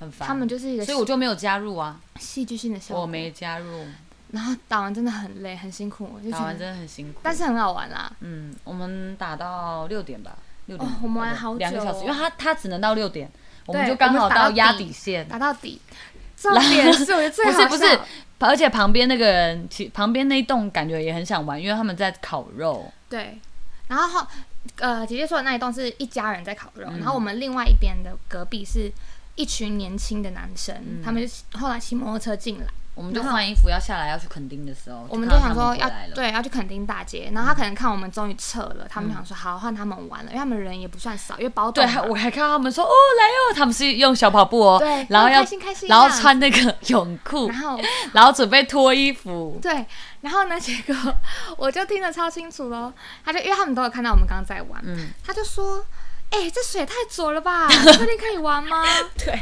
很烦。他们就是一个所以我就没有加入啊，戏剧性的效果。我没加入，然后打完真的很累，很辛苦，我就打觉完得，真的很辛苦。但是很好玩啦。嗯，我们打到六点吧，六点、哦我们玩好久哦两个小时，因为他他只能到六点，我们对就刚好我们打到压底底线。打到底，重点是我觉得最不好是 不是笑，而且旁边那个人，其旁边那一栋感觉也很想玩，因为他们在烤肉，对。然后后呃，姐姐说的那一栋是一家人在烤肉，嗯然后我们另外一边的隔壁是一群年轻的男生，他们就后来骑摩托车进来，我嗯们就然后换衣服要下来要去垦丁的时候，我们就看到想他说回要来了，嗯对要去垦丁大街，然后他可能看我们终于撤了，他们想说好换他们玩了，因为他们人也不算少，因为包对，栋还嘛我还看到他们说哦来哦，他们是用小跑步哦，对然后要开心开心然后这样子穿那个泳裤然，后然后准备脱衣服，对，然后呢，结果我就听得超清楚喽。他就因为他们都有看到我们刚刚在玩， 嗯他就说：“哎、这水太浊了 吧？确定可以玩吗对。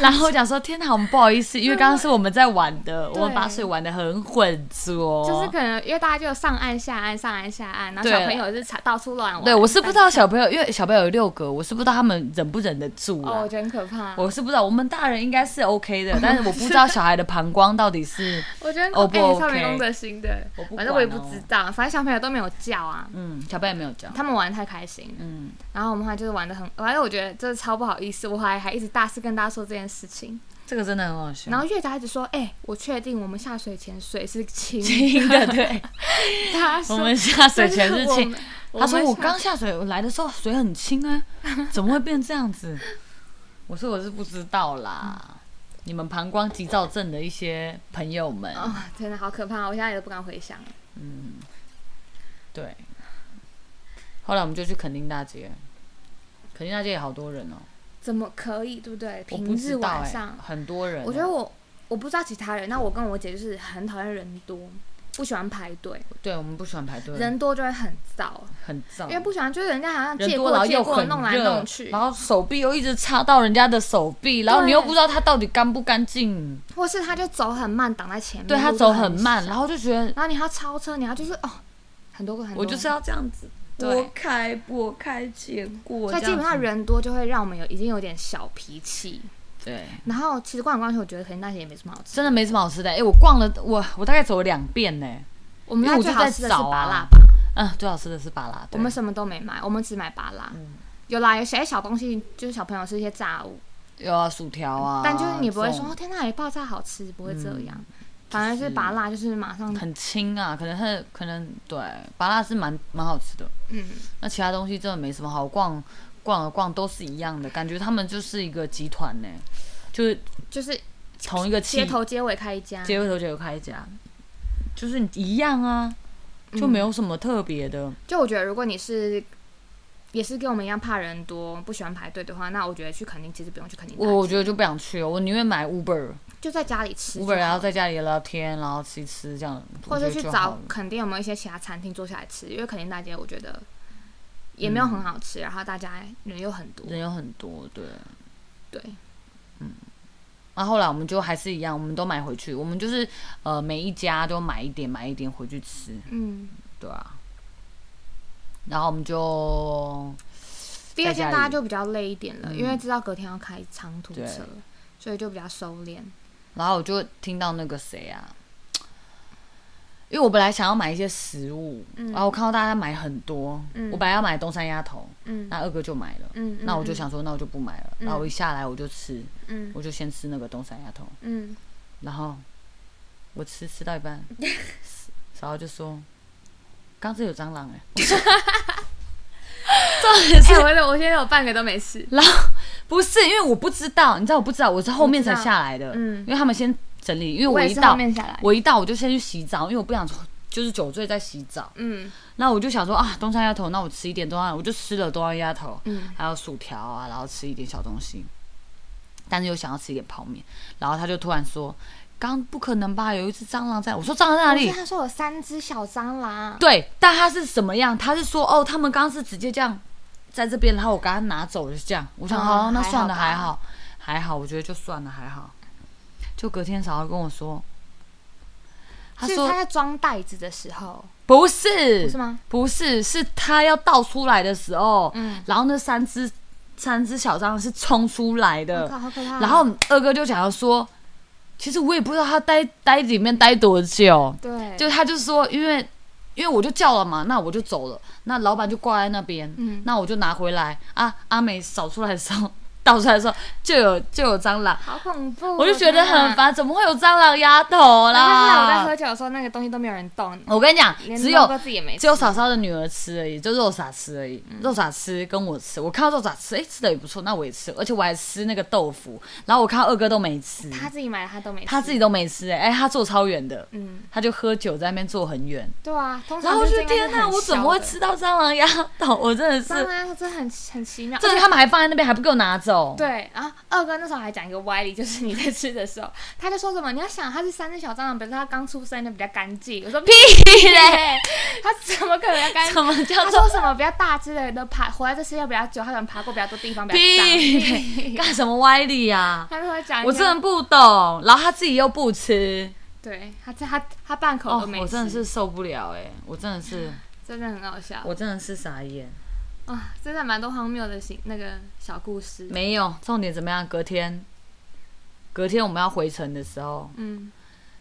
然后我讲说，天哪，我们不好意思，因为刚刚是我们在玩的，对我们把水玩的很混？”浊。就是可能因为大家就有上岸下岸上岸下岸，然后对小朋友是查到处乱玩。对，我是不知道小朋友，因为小朋友有六个，我是不知道他们忍不忍得住哦，啊我。觉得很可怕。我我是不知道，我们大人应该是 OK 的，但是我不知道小孩的膀胱到底 是，觉得很 O 可哦不怕 OK？哎超没公德心的我不，反正我也管不哦知道，反正小朋友都没有叫啊。嗯，小朋友没有教，他们玩得太开心了，嗯，然后我们还就是玩的很，反正我觉得真的超不好意思，我还还一直大肆跟大家说这件事情，这个真的很好笑。然后月达一直说，哎、我确定我们下水前水是清轻 的，对，他我说们下水前是 就是我轻们。他说们我下刚下水，我来的时候水很轻啊，怎么会变这样子？我说我是不知道啦，你们膀胱急躁症的一些朋友们，哦，天哪，好可怕！我现在也都不敢回想了。对。后来我们就去垦丁大街，垦丁大街也好多人哦、怎么可以，对不对？我平不日知道晚哎、上，很多人哦、我觉得我我不知道其他人，那我跟我姐就是很讨厌人多，不喜欢排队，对我们不喜欢排队，人多就会很燥，很燥因，为不喜欢就是人家好像人借多然后过借又过很弄来热弄去然，后手臂又一直插到人家的手臂，然后你又对不知道他到底干不干净，或是他就走很慢挡在前面，对他路就走很慢，小然后就觉得然后你还要超车，你还要就是哦，很多个很多，我就是要这样子对拨开拨开结果，所以基这样本上子人多就会让我们有已经有点小脾气，对。然后其实逛来逛去，我觉得肯定那些也没什么好吃。真的没什么好吃的，哎、我逛了，我我大概走了两遍呢、我们因为家我最就好在吃的是找芭啊辣吧，嗯，最好吃的是巴拉，对我们什么都没买，我们只买芭辣。嗯有啦，有些小东西就是小朋友吃一些炸物，有啊，薯条啊，但就是你不会说这哦种天哪，你爆炸好吃，不会这样，反就而是是芭辣就是马上很轻啊，可能是可能对，巴拉是蛮蛮好吃的，嗯，那其他东西真的没什么好逛，逛了逛都是一样的，感觉他们就是一个集团呢、就是就是同一个气街头街尾开一家，街头就有开一家，就是你一样啊，就没有什么特别的。嗯就我觉得，如果你是也是跟我们一样怕人多、不喜欢排队的话，那我觉得去垦丁其实不用去垦丁大街，我我觉得就不想去哦了，我宁愿买 Uber，Uber 就在家里吃就好了，然后在家里聊天，然后吃一吃这样，或我觉得者去就好找了垦丁有没有一些其他餐厅坐下来吃，因为垦丁大街我觉得也没有很好吃，然后大家人又很多，人有很多，嗯对。对，那后来我们就还是一样，我们都买回去，我们就是呃每一家都买一点，买一点回去吃，嗯。对啊。然后我们就第二在家天里大家就比较累一点了，嗯因为知道隔天要开长途对车，所以就比较收敛。然后我就听到那个谁啊，因为我本来想要买一些食物，嗯然后我看到大家买很多，嗯我本来要买东山鸭头，嗯那二哥就买了，嗯，那我就想说那我就不买了，嗯然后我一下来我就吃，嗯，我就先吃那个东山鸭头， 嗯然后我吃吃到一 半，然后就说，刚这有蟑螂哎、嗯，哎，我有我现在有半个都没吃。不是因为我不知道，你知道我不知道，我是后面才我知道下来的，嗯因为他们先整理，因为我也一是后到面下来，我一到我就先去洗澡，因为我不想就是酒醉再洗澡。嗯那我就想说啊，东山鸭头，那我吃一点东山，我就吃了东山鸭头，嗯还有薯条啊，然后吃一点小东西，但是又想要吃一点泡面，然后他就突然说，刚不可能吧，有一只蟑螂在，我说蟑螂在哪我记里 得？他说有三只小蟑螂，对，但他是什么样？他是说哦，他们刚刚是直接这样在这边，然后我刚刚拿走就是这样。我想嗯好，那还好算了，还吧好，还好，我觉得就算了，还好。就隔天嫂嫂跟我说，他是说他在装袋子的时候，不是，不是吗？不是，是他要倒出来的时候，嗯，然后那三只三只小蟑螂是冲出来的，好可怕。然后二哥就想要说，其实我也不知道他待待里面待多久，对，就他就说，因为因为我就叫了嘛，那我就走了，那老板就挂在那边，嗯那我就拿回来啊。阿美扫出来的时候， 倒出来的时候就有就有蟑螂，好恐怖哦，我就觉得很天哪。烦，怎么会有蟑螂丫头然后后来我在啦喝？酒的时候，那个东西都没有人动，我跟你讲，连只猫有哥自己也没吃，只有嫂嫂的女儿吃而已，就肉傻吃而已，嗯肉傻吃跟我吃，我看到肉傻吃，哎、吃的也不错，那我也吃，而且我还吃那个豆腐，然后我看到二哥都没吃，他自己买的，他都没吃，他自己都没吃、哎、哎，他坐超远的，嗯，他就喝酒在那边坐很远，对啊，通然常后我就就是应该是天很哪，我怎么会小的吃到蟑螂鸭头？我真的蟑是，螂真的很很奇妙。这而个且他们还放在那边，还不给我拿走。对，然后二哥那时候还讲一个歪理，就是你在吃的时候，他就说什么你要想他是三只小蟑螂，表示他刚出生就比较干净。我说屁嘞，他怎么可能要干净？什么叫他做说什么比较大只的人都爬活在这世界比较久，他可能爬过比较多地方，比较脏。屁？干什么歪理呀、他那时候讲一些，我真的不懂，然后他自己又不吃，对他这他他半口哦都没，吃，啊我真的是受不了哎、我真的是，真的很好笑我真的是傻眼。啊！真的蛮多荒谬的行那个小故事。没有，重点怎么样？隔天，隔天我们要回程的时候， 嗯，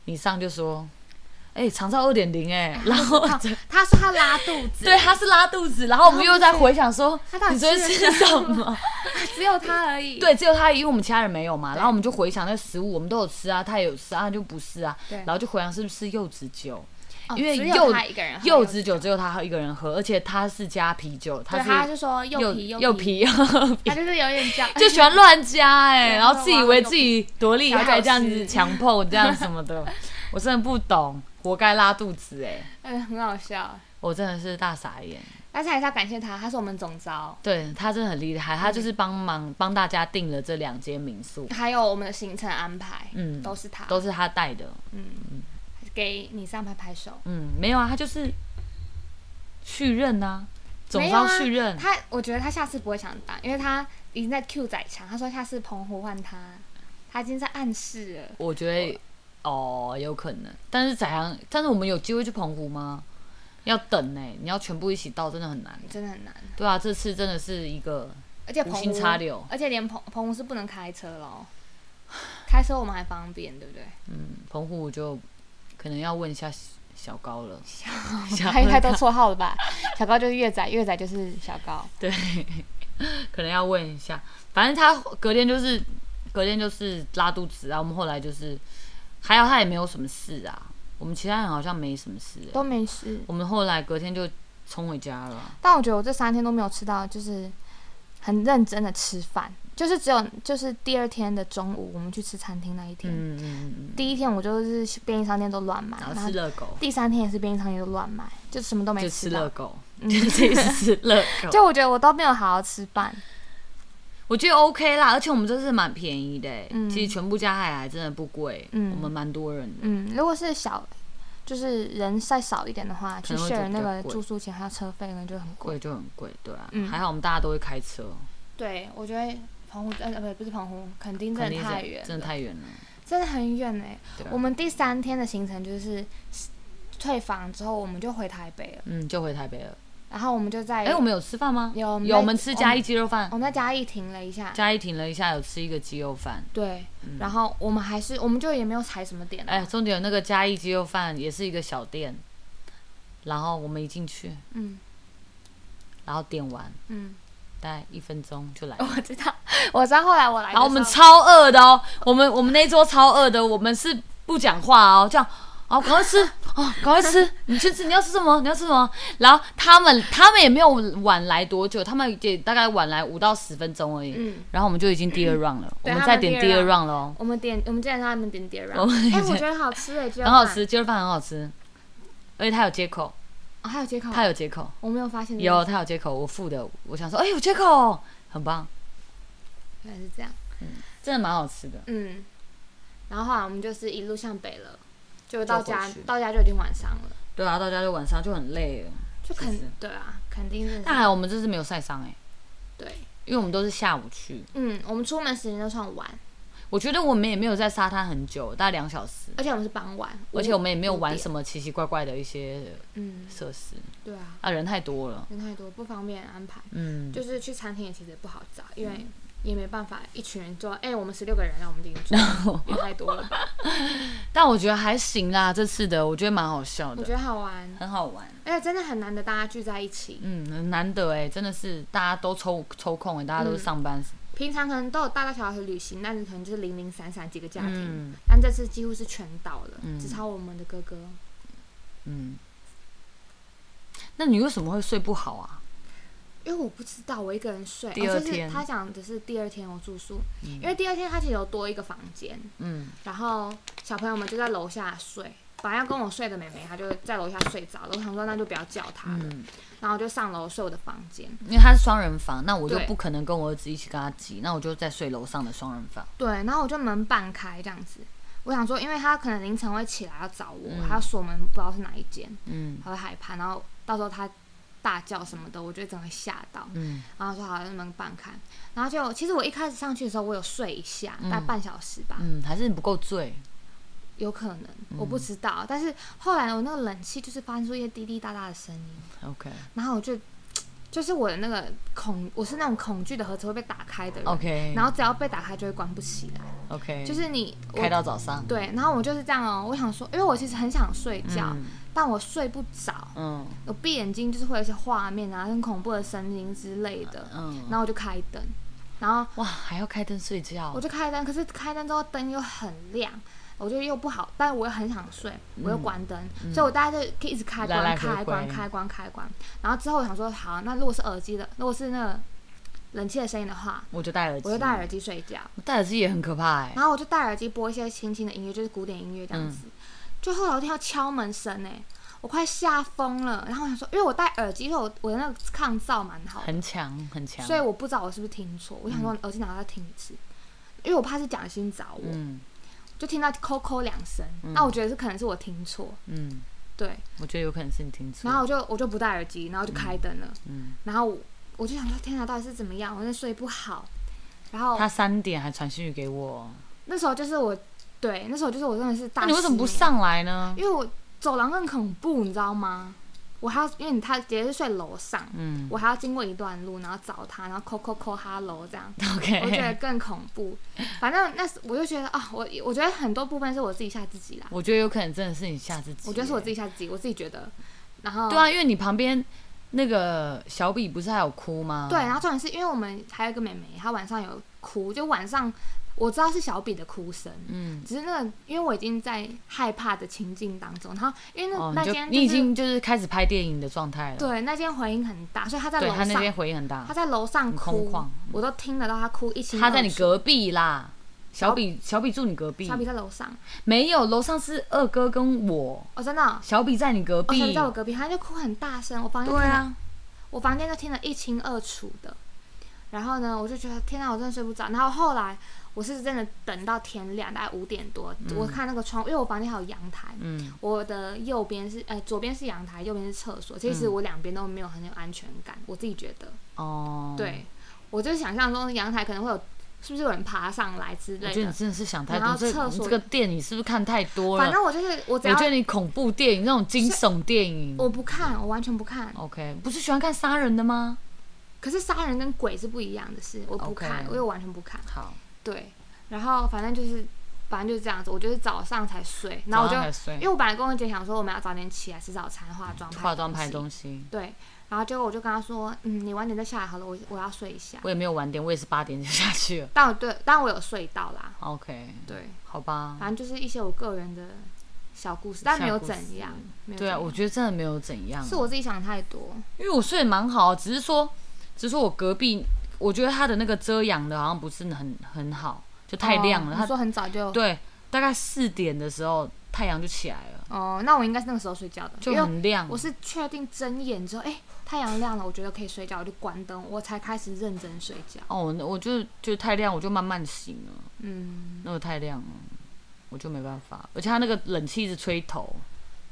你上就说：“哎、长照二点零 哎。”然后他他说他拉肚 子，对，他是拉肚子，然后我们又在回想说他到：“底你昨天吃吃什么 只有他而？”已。对，只有他，因为我们其他人没有嘛。然后我们就回想那食物，我们都有吃啊，他也有吃啊，他就不是啊。对然后就回想是不是柚子酒？哦因为只柚有他一个人喝柚子酒只有他一个人喝，而且他是加啤酒，对，是他就说柚皮柚皮，皮柚皮他就是有点叫， 就喜欢乱加哎、对然后自以为自己多厉害，这样调子酒师强迫这样什么 的，我真的不懂，活该拉肚子哎、 嗯，很好笑。我真的是大傻眼。但是还是要感谢他，他是我们总招，对他真的很厉害，他就是帮忙帮大家订了这两间民宿，还有我们的行程安排，嗯都是他，嗯都嗯是他带的。给你上拍拍手。嗯，没有啊，他就是续任呐、总没有招啊续任。他，我觉得他下次不会想当，因为他已经在 Q 仔强，他说下次澎湖换他，他已经在暗示了。我觉得哦，有可能，但是宰阳，但是我们有机会去澎湖吗？要等哎、你要全部一起到，真的很难。真的很难，对啊，这次真的是一个而且无澎湖心插柳而且连澎澎湖是不能开车喽，开车我们还方便，对不对？嗯，澎湖我就可能要问一下小高 了。 小他应该都绰号了吧？小高就是月仔，月仔就是小高。对，可能要问一下。反正他隔天就是隔天就是拉肚子啊，我们后来就是还好他也没有什么事啊，我们其他人好像没什么事欸、都没事。我们后来隔天就冲回家了。但我觉得我这三天都没有吃到，就是很认真的吃饭，就是只有就是第二天的中午，我们去吃餐厅那一天，嗯嗯嗯，第一天我就是便利商店都乱买，然然后后吃热狗，第三天也是便利商店都乱买，就什么都没就吃吃到嗯热。狗， 这是吃热狗，就我觉得我都没有好好吃饭，我觉得 OK 啦，而且我们这是蛮便宜的、欸，嗯其实全部加起来真的不贵，嗯我们蛮多人的，嗯，如果是小，就是人再少一点的话，可去能会觉得 share 那个比较贵住宿钱还有车费，可能就很贵。贵就很贵，对啊，嗯还好我们大家都会开车，对，我觉得澎湖，呃，不，不是澎湖，肯定肯真的定是太远，真的太远了，真的很远哎、对啊我们第三天的行程就是退房之后，我们就回台北了，嗯，就回台北了。然后我们就在哎、我们有吃饭吗？有有，我们吃嘉义，义鸡肉饭哦我，们在嘉义停了一下，嘉义停了一下，有吃一个鸡肉饭。对，嗯然后我们还是我们就也没有踩什么点、啊，哎、重点有那个嘉义鸡肉饭也是一个小店，然后我们一进去，嗯然后点完嗯， 大概一分钟就来了。我知道，我知道后来我来的时然后候，啊我们超饿的哦，我们我们那一桌超饿的，我们是不讲话哦，这样。哦，赶快吃！哦，赶快吃！你去吃，你要吃什么？你要吃什么？然后他们他们也没有晚来多久，他们也大概晚来五到十分钟而已。嗯。然后我们就已经第二 round 了，我对们他再们点第第二二 round round 哦喽，我们点，我们竟然让他们点点我让，们哎、我觉得很好吃哎、欸，很好吃，鸡肉饭很好吃，而且它有接口，哦，还有接口，它有接口，我没有发现，有，它有接口，我付的，我想说，哎，有接口，很棒，原来是这样，真的蛮好吃的。嗯，然后后来我们就是一路向北了，就到就家回去，到家就已经晚上了，对啊，到家就晚上就很累了。就其实肯对啊，肯定是但还好我们这次没有晒伤哎，对，因为我们都是下午去，嗯，我们出门时间都算晚，我觉得我们也没有在沙滩很久，大概两小时，而且我们是傍晚，而且我们也没有玩什么，么奇奇怪怪的一些嗯，设施对啊，啊，人太多了。人太多不方便安排，嗯，就是去餐厅也其实也不好找，因为也没办法一群人坐，哎、我们十六个人让我们进去， 也太多了吧？但我觉得还行啦，这次的我觉得蛮好笑我的觉，得好玩，很好玩。而且真的很难得大家聚在一起，嗯，很难得哎、真的是大家都抽抽空哎、大家都是上班。平常可能都有大大小小的旅行，但是可能就是零零散散几个家庭，嗯但这次几乎是全倒了，嗯只差我们的哥哥。嗯。那你为什么会睡不好啊？因为我不知道，我一个人睡。第二哦就是、天他讲的是第二天我住宿，嗯因为第二天他其实有多一个房间，嗯，然后小朋友们就在楼下睡。本来要跟我睡的妹妹，她就在楼下睡着了。我想说那就不要叫她了，嗯然后我就上楼睡我的房间。因为他是双人房，那我就对不可能跟我儿子一起跟他挤，那我就在睡楼上的双人房。对，然后我就门半开这样子。我想说，因为他可能凌晨会起来要找我，嗯他要锁门，不知道是哪一间，嗯他会害怕。然后到时候他大叫什么的，我就整个吓到。嗯然后说好，那门半开。然后就其实我一开始上去的时候，我有睡一下，嗯大概半小时吧。嗯，还是你不够醉。有可能，嗯我不知道。但是后来我那个冷气就是发出一些滴滴答答的声音， OK 然后我就就是我的那个恐，我是那种恐惧的盒子会被打开的人 OK，然后只要被打开就会关不起来， OK，就是你我开到早上。对，然后我就是这样哦。我想说，因为我其实很想睡觉，嗯但我睡不着，嗯我闭眼睛就是会有一些画面啊，很恐怖的声音之类的，然嗯，后我就开灯，然后哇，还要开灯睡觉我。就开灯，可是开灯之后灯又很亮，我就又不好，但我又很想睡，我嗯又关灯，所以我大概就可以一直开关、来来回开关、回开关、开关。然后之后我想说，好，那如果是耳机的，如果是那个冷气的声音的话，我就戴耳机，我就戴耳机睡觉。戴耳机也很可怕哎、然后我就戴耳机播一些轻轻的音乐，就是古典音乐这嗯样子。就后来我听到敲门声哎、我快吓疯了。然后我想说，因为我戴耳机，所以我我的那个抗噪蛮好的，很强很强。嗯所以我不知道我是不是听错。我想说耳机拿来听一次，因为我怕是蒋欣找我，嗯就听到扣扣两声。那、我觉得是可能是我听错，嗯，对。我觉得有可能是你听错。然后我就我就不戴耳机，然后就开灯了。嗯，然后我我就想说，天哪，到底是怎么样？我那睡不好。然后他三点还传讯息给我，那时候就是我，对，那时候就是我真的是大。那你为什么不？上来呢？因为我走廊更恐怖，你知道吗？我还要，因为你他直接是睡楼上，嗯我还要经过一段路，然后找他，然后扣扣扣哈喽 这样，我觉得，OK，更恐怖。反正那时我就觉得啊、我我觉得很多部分是我自己吓自己啦，我觉得有可能真的是你吓自己。我觉得是我自己。己吓自己，我自己觉得。然后对啊，因为你旁边那个小比不是还有哭吗？对，然后重点是因为我们还有一个妹妹，她晚上有哭，就晚上我知道是小比的哭声，嗯，只是那个因为我已经在害怕的情境当中，然后因为那、哦，那你就间、你已经就是开始拍电影的状态了。对那间回音很大，所以他在对，楼他上，那边回应很大他，在楼上很空哭旷，嗯我都听得到他哭一清他在你二楚隔壁啦。小比小比住你隔壁小，比在楼上，没有，楼上是二哥跟我，哦，真的哦、小比在你隔哦，小比壁。在我隔壁，他就哭很大声，我房间对听得啊，我房间就听得一清二楚的。然后呢，我就觉得天哪，我真的睡不着。然后后来我是真的等到天亮，大概五点多，我看那个窗，因为我房间还有阳台，嗯，我的右边是呃左边是阳台，右边是厕所。其嗯实我两边都没有很有安全感，我自己觉得。哦，，对，我就想象中阳台可能会有，是不是有人爬上来之我类觉得的你。真的是想太然多，后这厕你所这个电影是不是看太多了？反正我就是我只我要觉得你恐怖电影那种惊悚电影我不看，我完全不看。 ，OK，不是喜欢看杀人的吗？可是杀人跟鬼是不一样的事，我不 OK 看，因为我完全不看。好，对，然后反正就是，反正就是这样子。我就是早上才睡，然后我早上才就睡因为我本来跟我姐想说我们要早点起来吃早餐、化妆、化妆拍西东西，对，然后结果我就跟她说，嗯，你晚点再下来好了，我我要睡一下。我也没有晚点，我也是八点就下去了但我对，但我有睡到啦。 ，OK，对，好吧，反正就是一些我个人的小故事，但没有小故事怎样。没有对啊，怎我样觉得真的没有怎样，是我自己想太多。因为我睡得蛮好，只是说，只是说我隔壁，我觉得他的那个遮阳的好像不是很很好，就太亮了，哦、他你说很早就对，大概四点的时候太阳就起来了，哦，那我应该是那个时候睡觉的，就因为很亮，我是确定睁眼之后，哎、太阳亮了，我觉得可以睡觉，我就关灯，我才开始认真睡觉。哦，我我就就太亮，我就慢慢醒了。嗯，那个太亮了，我就没办法。而且它那个冷气一直吹头，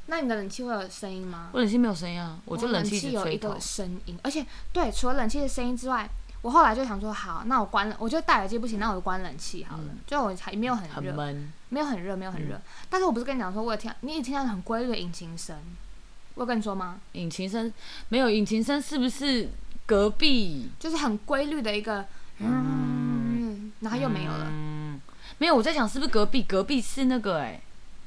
那你的冷气会有声音吗？我冷气没有声音啊，我就哦冷气一气直有吹一头个。声音，而且对，除了冷气的声音之外，我后来就想说，好，那我关了，我就戴耳机不行，那我就关冷气好了。就我还没有很嗯很热，闷，嗯没有很热，没有很热。但是我不是跟你讲说，我有听，你也听到很规律的引擎声，我有跟你说吗？引擎声没有，引擎声是不是隔壁？就是很规律的一个，嗯，然后又没有了。嗯，没有，我在想是不是隔壁？隔壁是那个哎、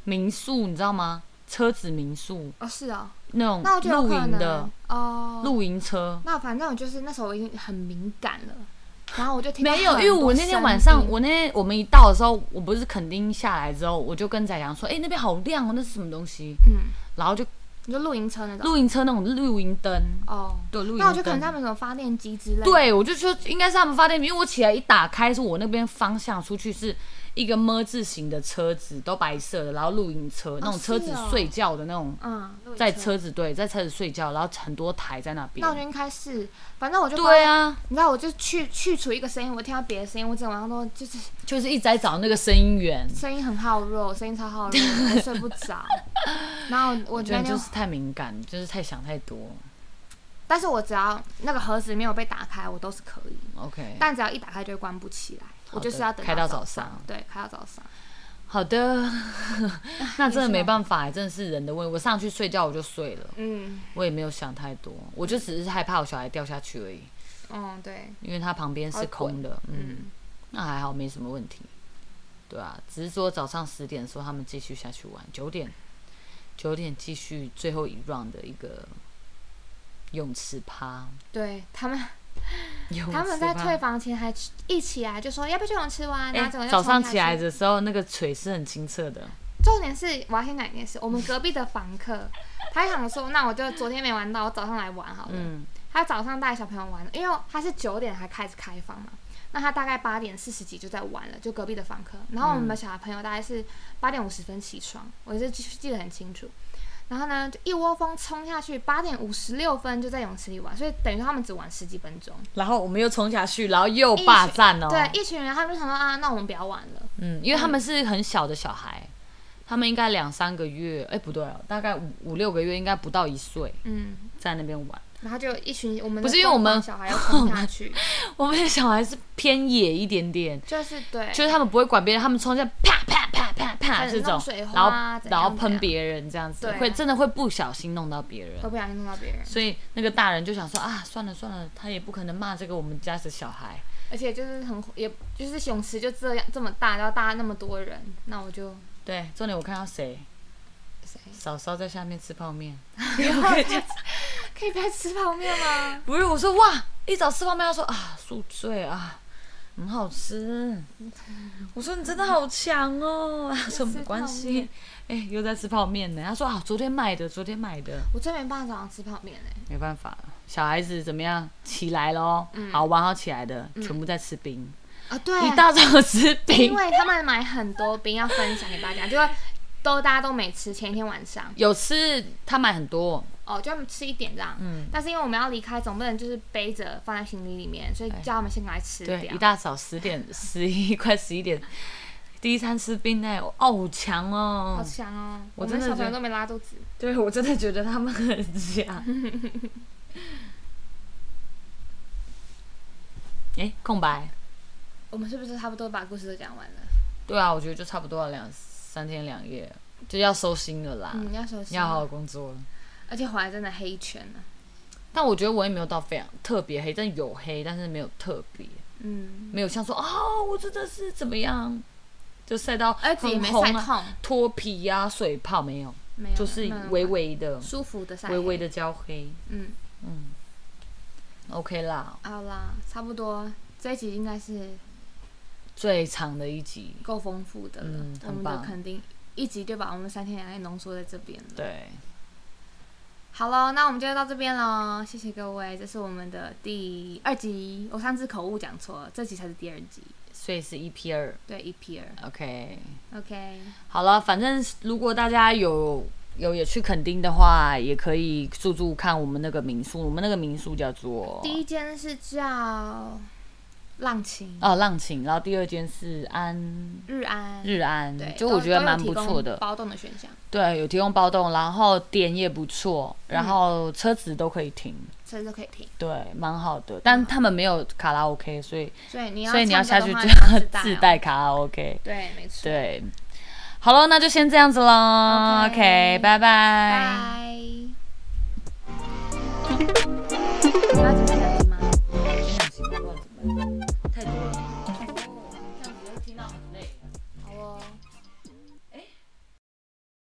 民宿，你知道吗？车子民宿哦，是哦，那那种我就有露可营嗯的能哦。露营车，那反正我就是那时候我已经很敏感了，然后我就听到没有，因很为我多那天声晚上，音我那天我们一到的时候，我不是垦丁下来之后，我就跟宰阳说，哎、那边好亮哦，那是什么东西？嗯，然后就你说露营车那种露营车那种露营灯，哦，对，露营灯。那我就可能他们有什么发电机之类的，，对，我就说应该是他们发电，因为我起来一打开，是我那边方向出去是一个么字形的车子，都白色的，然后露营车那种车子是哦睡觉的那种，嗯，露营在。车子对，在车子睡觉，然后很多台在那边那我。就应该是，反正我就对，啊，你知道，我就去去除一个声音，我听到别的声音，我整晚上都就是就是一直在找那个声音源，声音很好弱，声音超好弱，我睡不 着。然后我我觉那得就天，是太敏感，就是太想太多。但是我只要那个盒子没有被打开，我都是可以。 OK，但只要一打开就会关不起来，我好就是的要等开到早早上上，对，开到早上。好 的， 那真的是没哦办法，欸真的是人的问题。我上去睡觉我就睡了，嗯我也没有想太多，我就只是害怕我小孩掉下去而已。嗯，对，因为它旁边是空的，嗯，嗯，那还好没什么问题，对啊，只是说早上十点的时候他们继续下去玩，九点九点继续最后一 round 的一个泳池趴，对他 们泳池趴他们在退房前还一起来就说要不要去泳池玩，然哎后整个就早上冲下起来去。的时候那个水是很清澈的，重点是我要先讲一件事，我们隔壁的房客，他想说那我就昨天没玩到，我早上来玩好了。嗯，他早上带小朋友玩，因为他是九点才开始开放嘛，那他大概八点四十几就在玩了，就隔壁的房客。然后我们的小朋友大概是八点五十分起床，我就记记得很清楚。然后呢，就一窝蜂冲下去，八点五十六分就在泳池里玩，所以等于说他们只玩十几分钟。然后我们又冲下去，然后又霸占哦，对，一群人他们就想说啊，那我们不要玩了。嗯，因为他们是很小的小孩。他们应该两三个月，哎、不对哦，大概五五六个月，应该不到一岁，嗯，在那边玩。然后就一群我们的不是因为我们疯狂小孩要冲下去，我们的小孩是偏野一点点，就是对， 就是他们不会管别人，他们冲下啪啪啪啪啪开始这弄种水，花然啊后怎然样后怎喷样啊别人这样子，对会真的会不小心弄到别人都。不小心弄到别人，所以那个大人就想说啊，算了算了，他也不可能骂这个我们家的小孩，而且就是很也就是泳池就这样这么大，然后大家那么多人，那我就对，重点我看到谁，谁嫂嫂在下面吃泡面，可以不要吃泡面吗？不是我说哇，一早吃泡面，他说啊宿醉啊，很好吃。我说你真的好强哦。 他说没关系，哎、又在吃泡面呢。他说啊，昨天买的，昨天买的， 我真没办法早上吃泡面哎、没办法，小孩子怎么样？起来喽，嗯好玩好起来的，全部在吃冰，啊，对，一大早吃因冰。为他们买很多冰要分享给大家，就会都大家都没吃，前一天晚上有吃，他买很多，哦，就吃一点这样。嗯，但是因为我们要离开，总不能就是背着放在行李里面，所以叫他们先来吃对，掉一。大早十点、十一快十一点，第一餐吃冰呢，哦，好强好哦！香哦！我我真们的小朋觉友得都没拉肚子。对我真的觉得他们很 强。哎、空白。我们是不是差不多把故事都讲完了？对啊，我觉得就差不多要两三天两夜，就要收心了啦，嗯，要休息。要好好工作了。而且回来真的黑一圈了。但我觉得我也没有到非常特别黑，但有黑，但是没有特别，嗯，没有像说啊、我真的是怎么样，就晒到而且很也哎没红晒啊，痛，脱皮呀、水泡没有，没有，就是没有微微的、舒服的晒黑。微微的焦黑，嗯，嗯，OK 啦，好啦，差不多。这一集应该是最长的一集，够丰富的了，嗯我很们棒的肯定一集就把我们三天两夜浓缩在这边了。对，好喽，那我们就到这边喽，谢谢各位，这是我们的第二集。我上次口误讲错了，这集才是第二集，所以是 EP 二对，EP 二。 ，OK。 OK，好了，反正如果大家有有也去垦丁的话，也可以住住看我们那个民宿，我们那个民宿叫做第一间是叫浪琴哦浪琴，然后第二间是安日安，日安对，，就都我觉得都有蛮提不供错的，包栋的选项，对，有提供包栋，然后点也不错，然后车子都可以停，所以都可以听。对，蛮好的，但他们没有卡拉 OK，所以所以你要所以你要下唱歌去的就话要你要自哦带卡拉 OK，对，没错。，对，好了，那就先这样子喽 OK ，OK，拜拜。拜。哦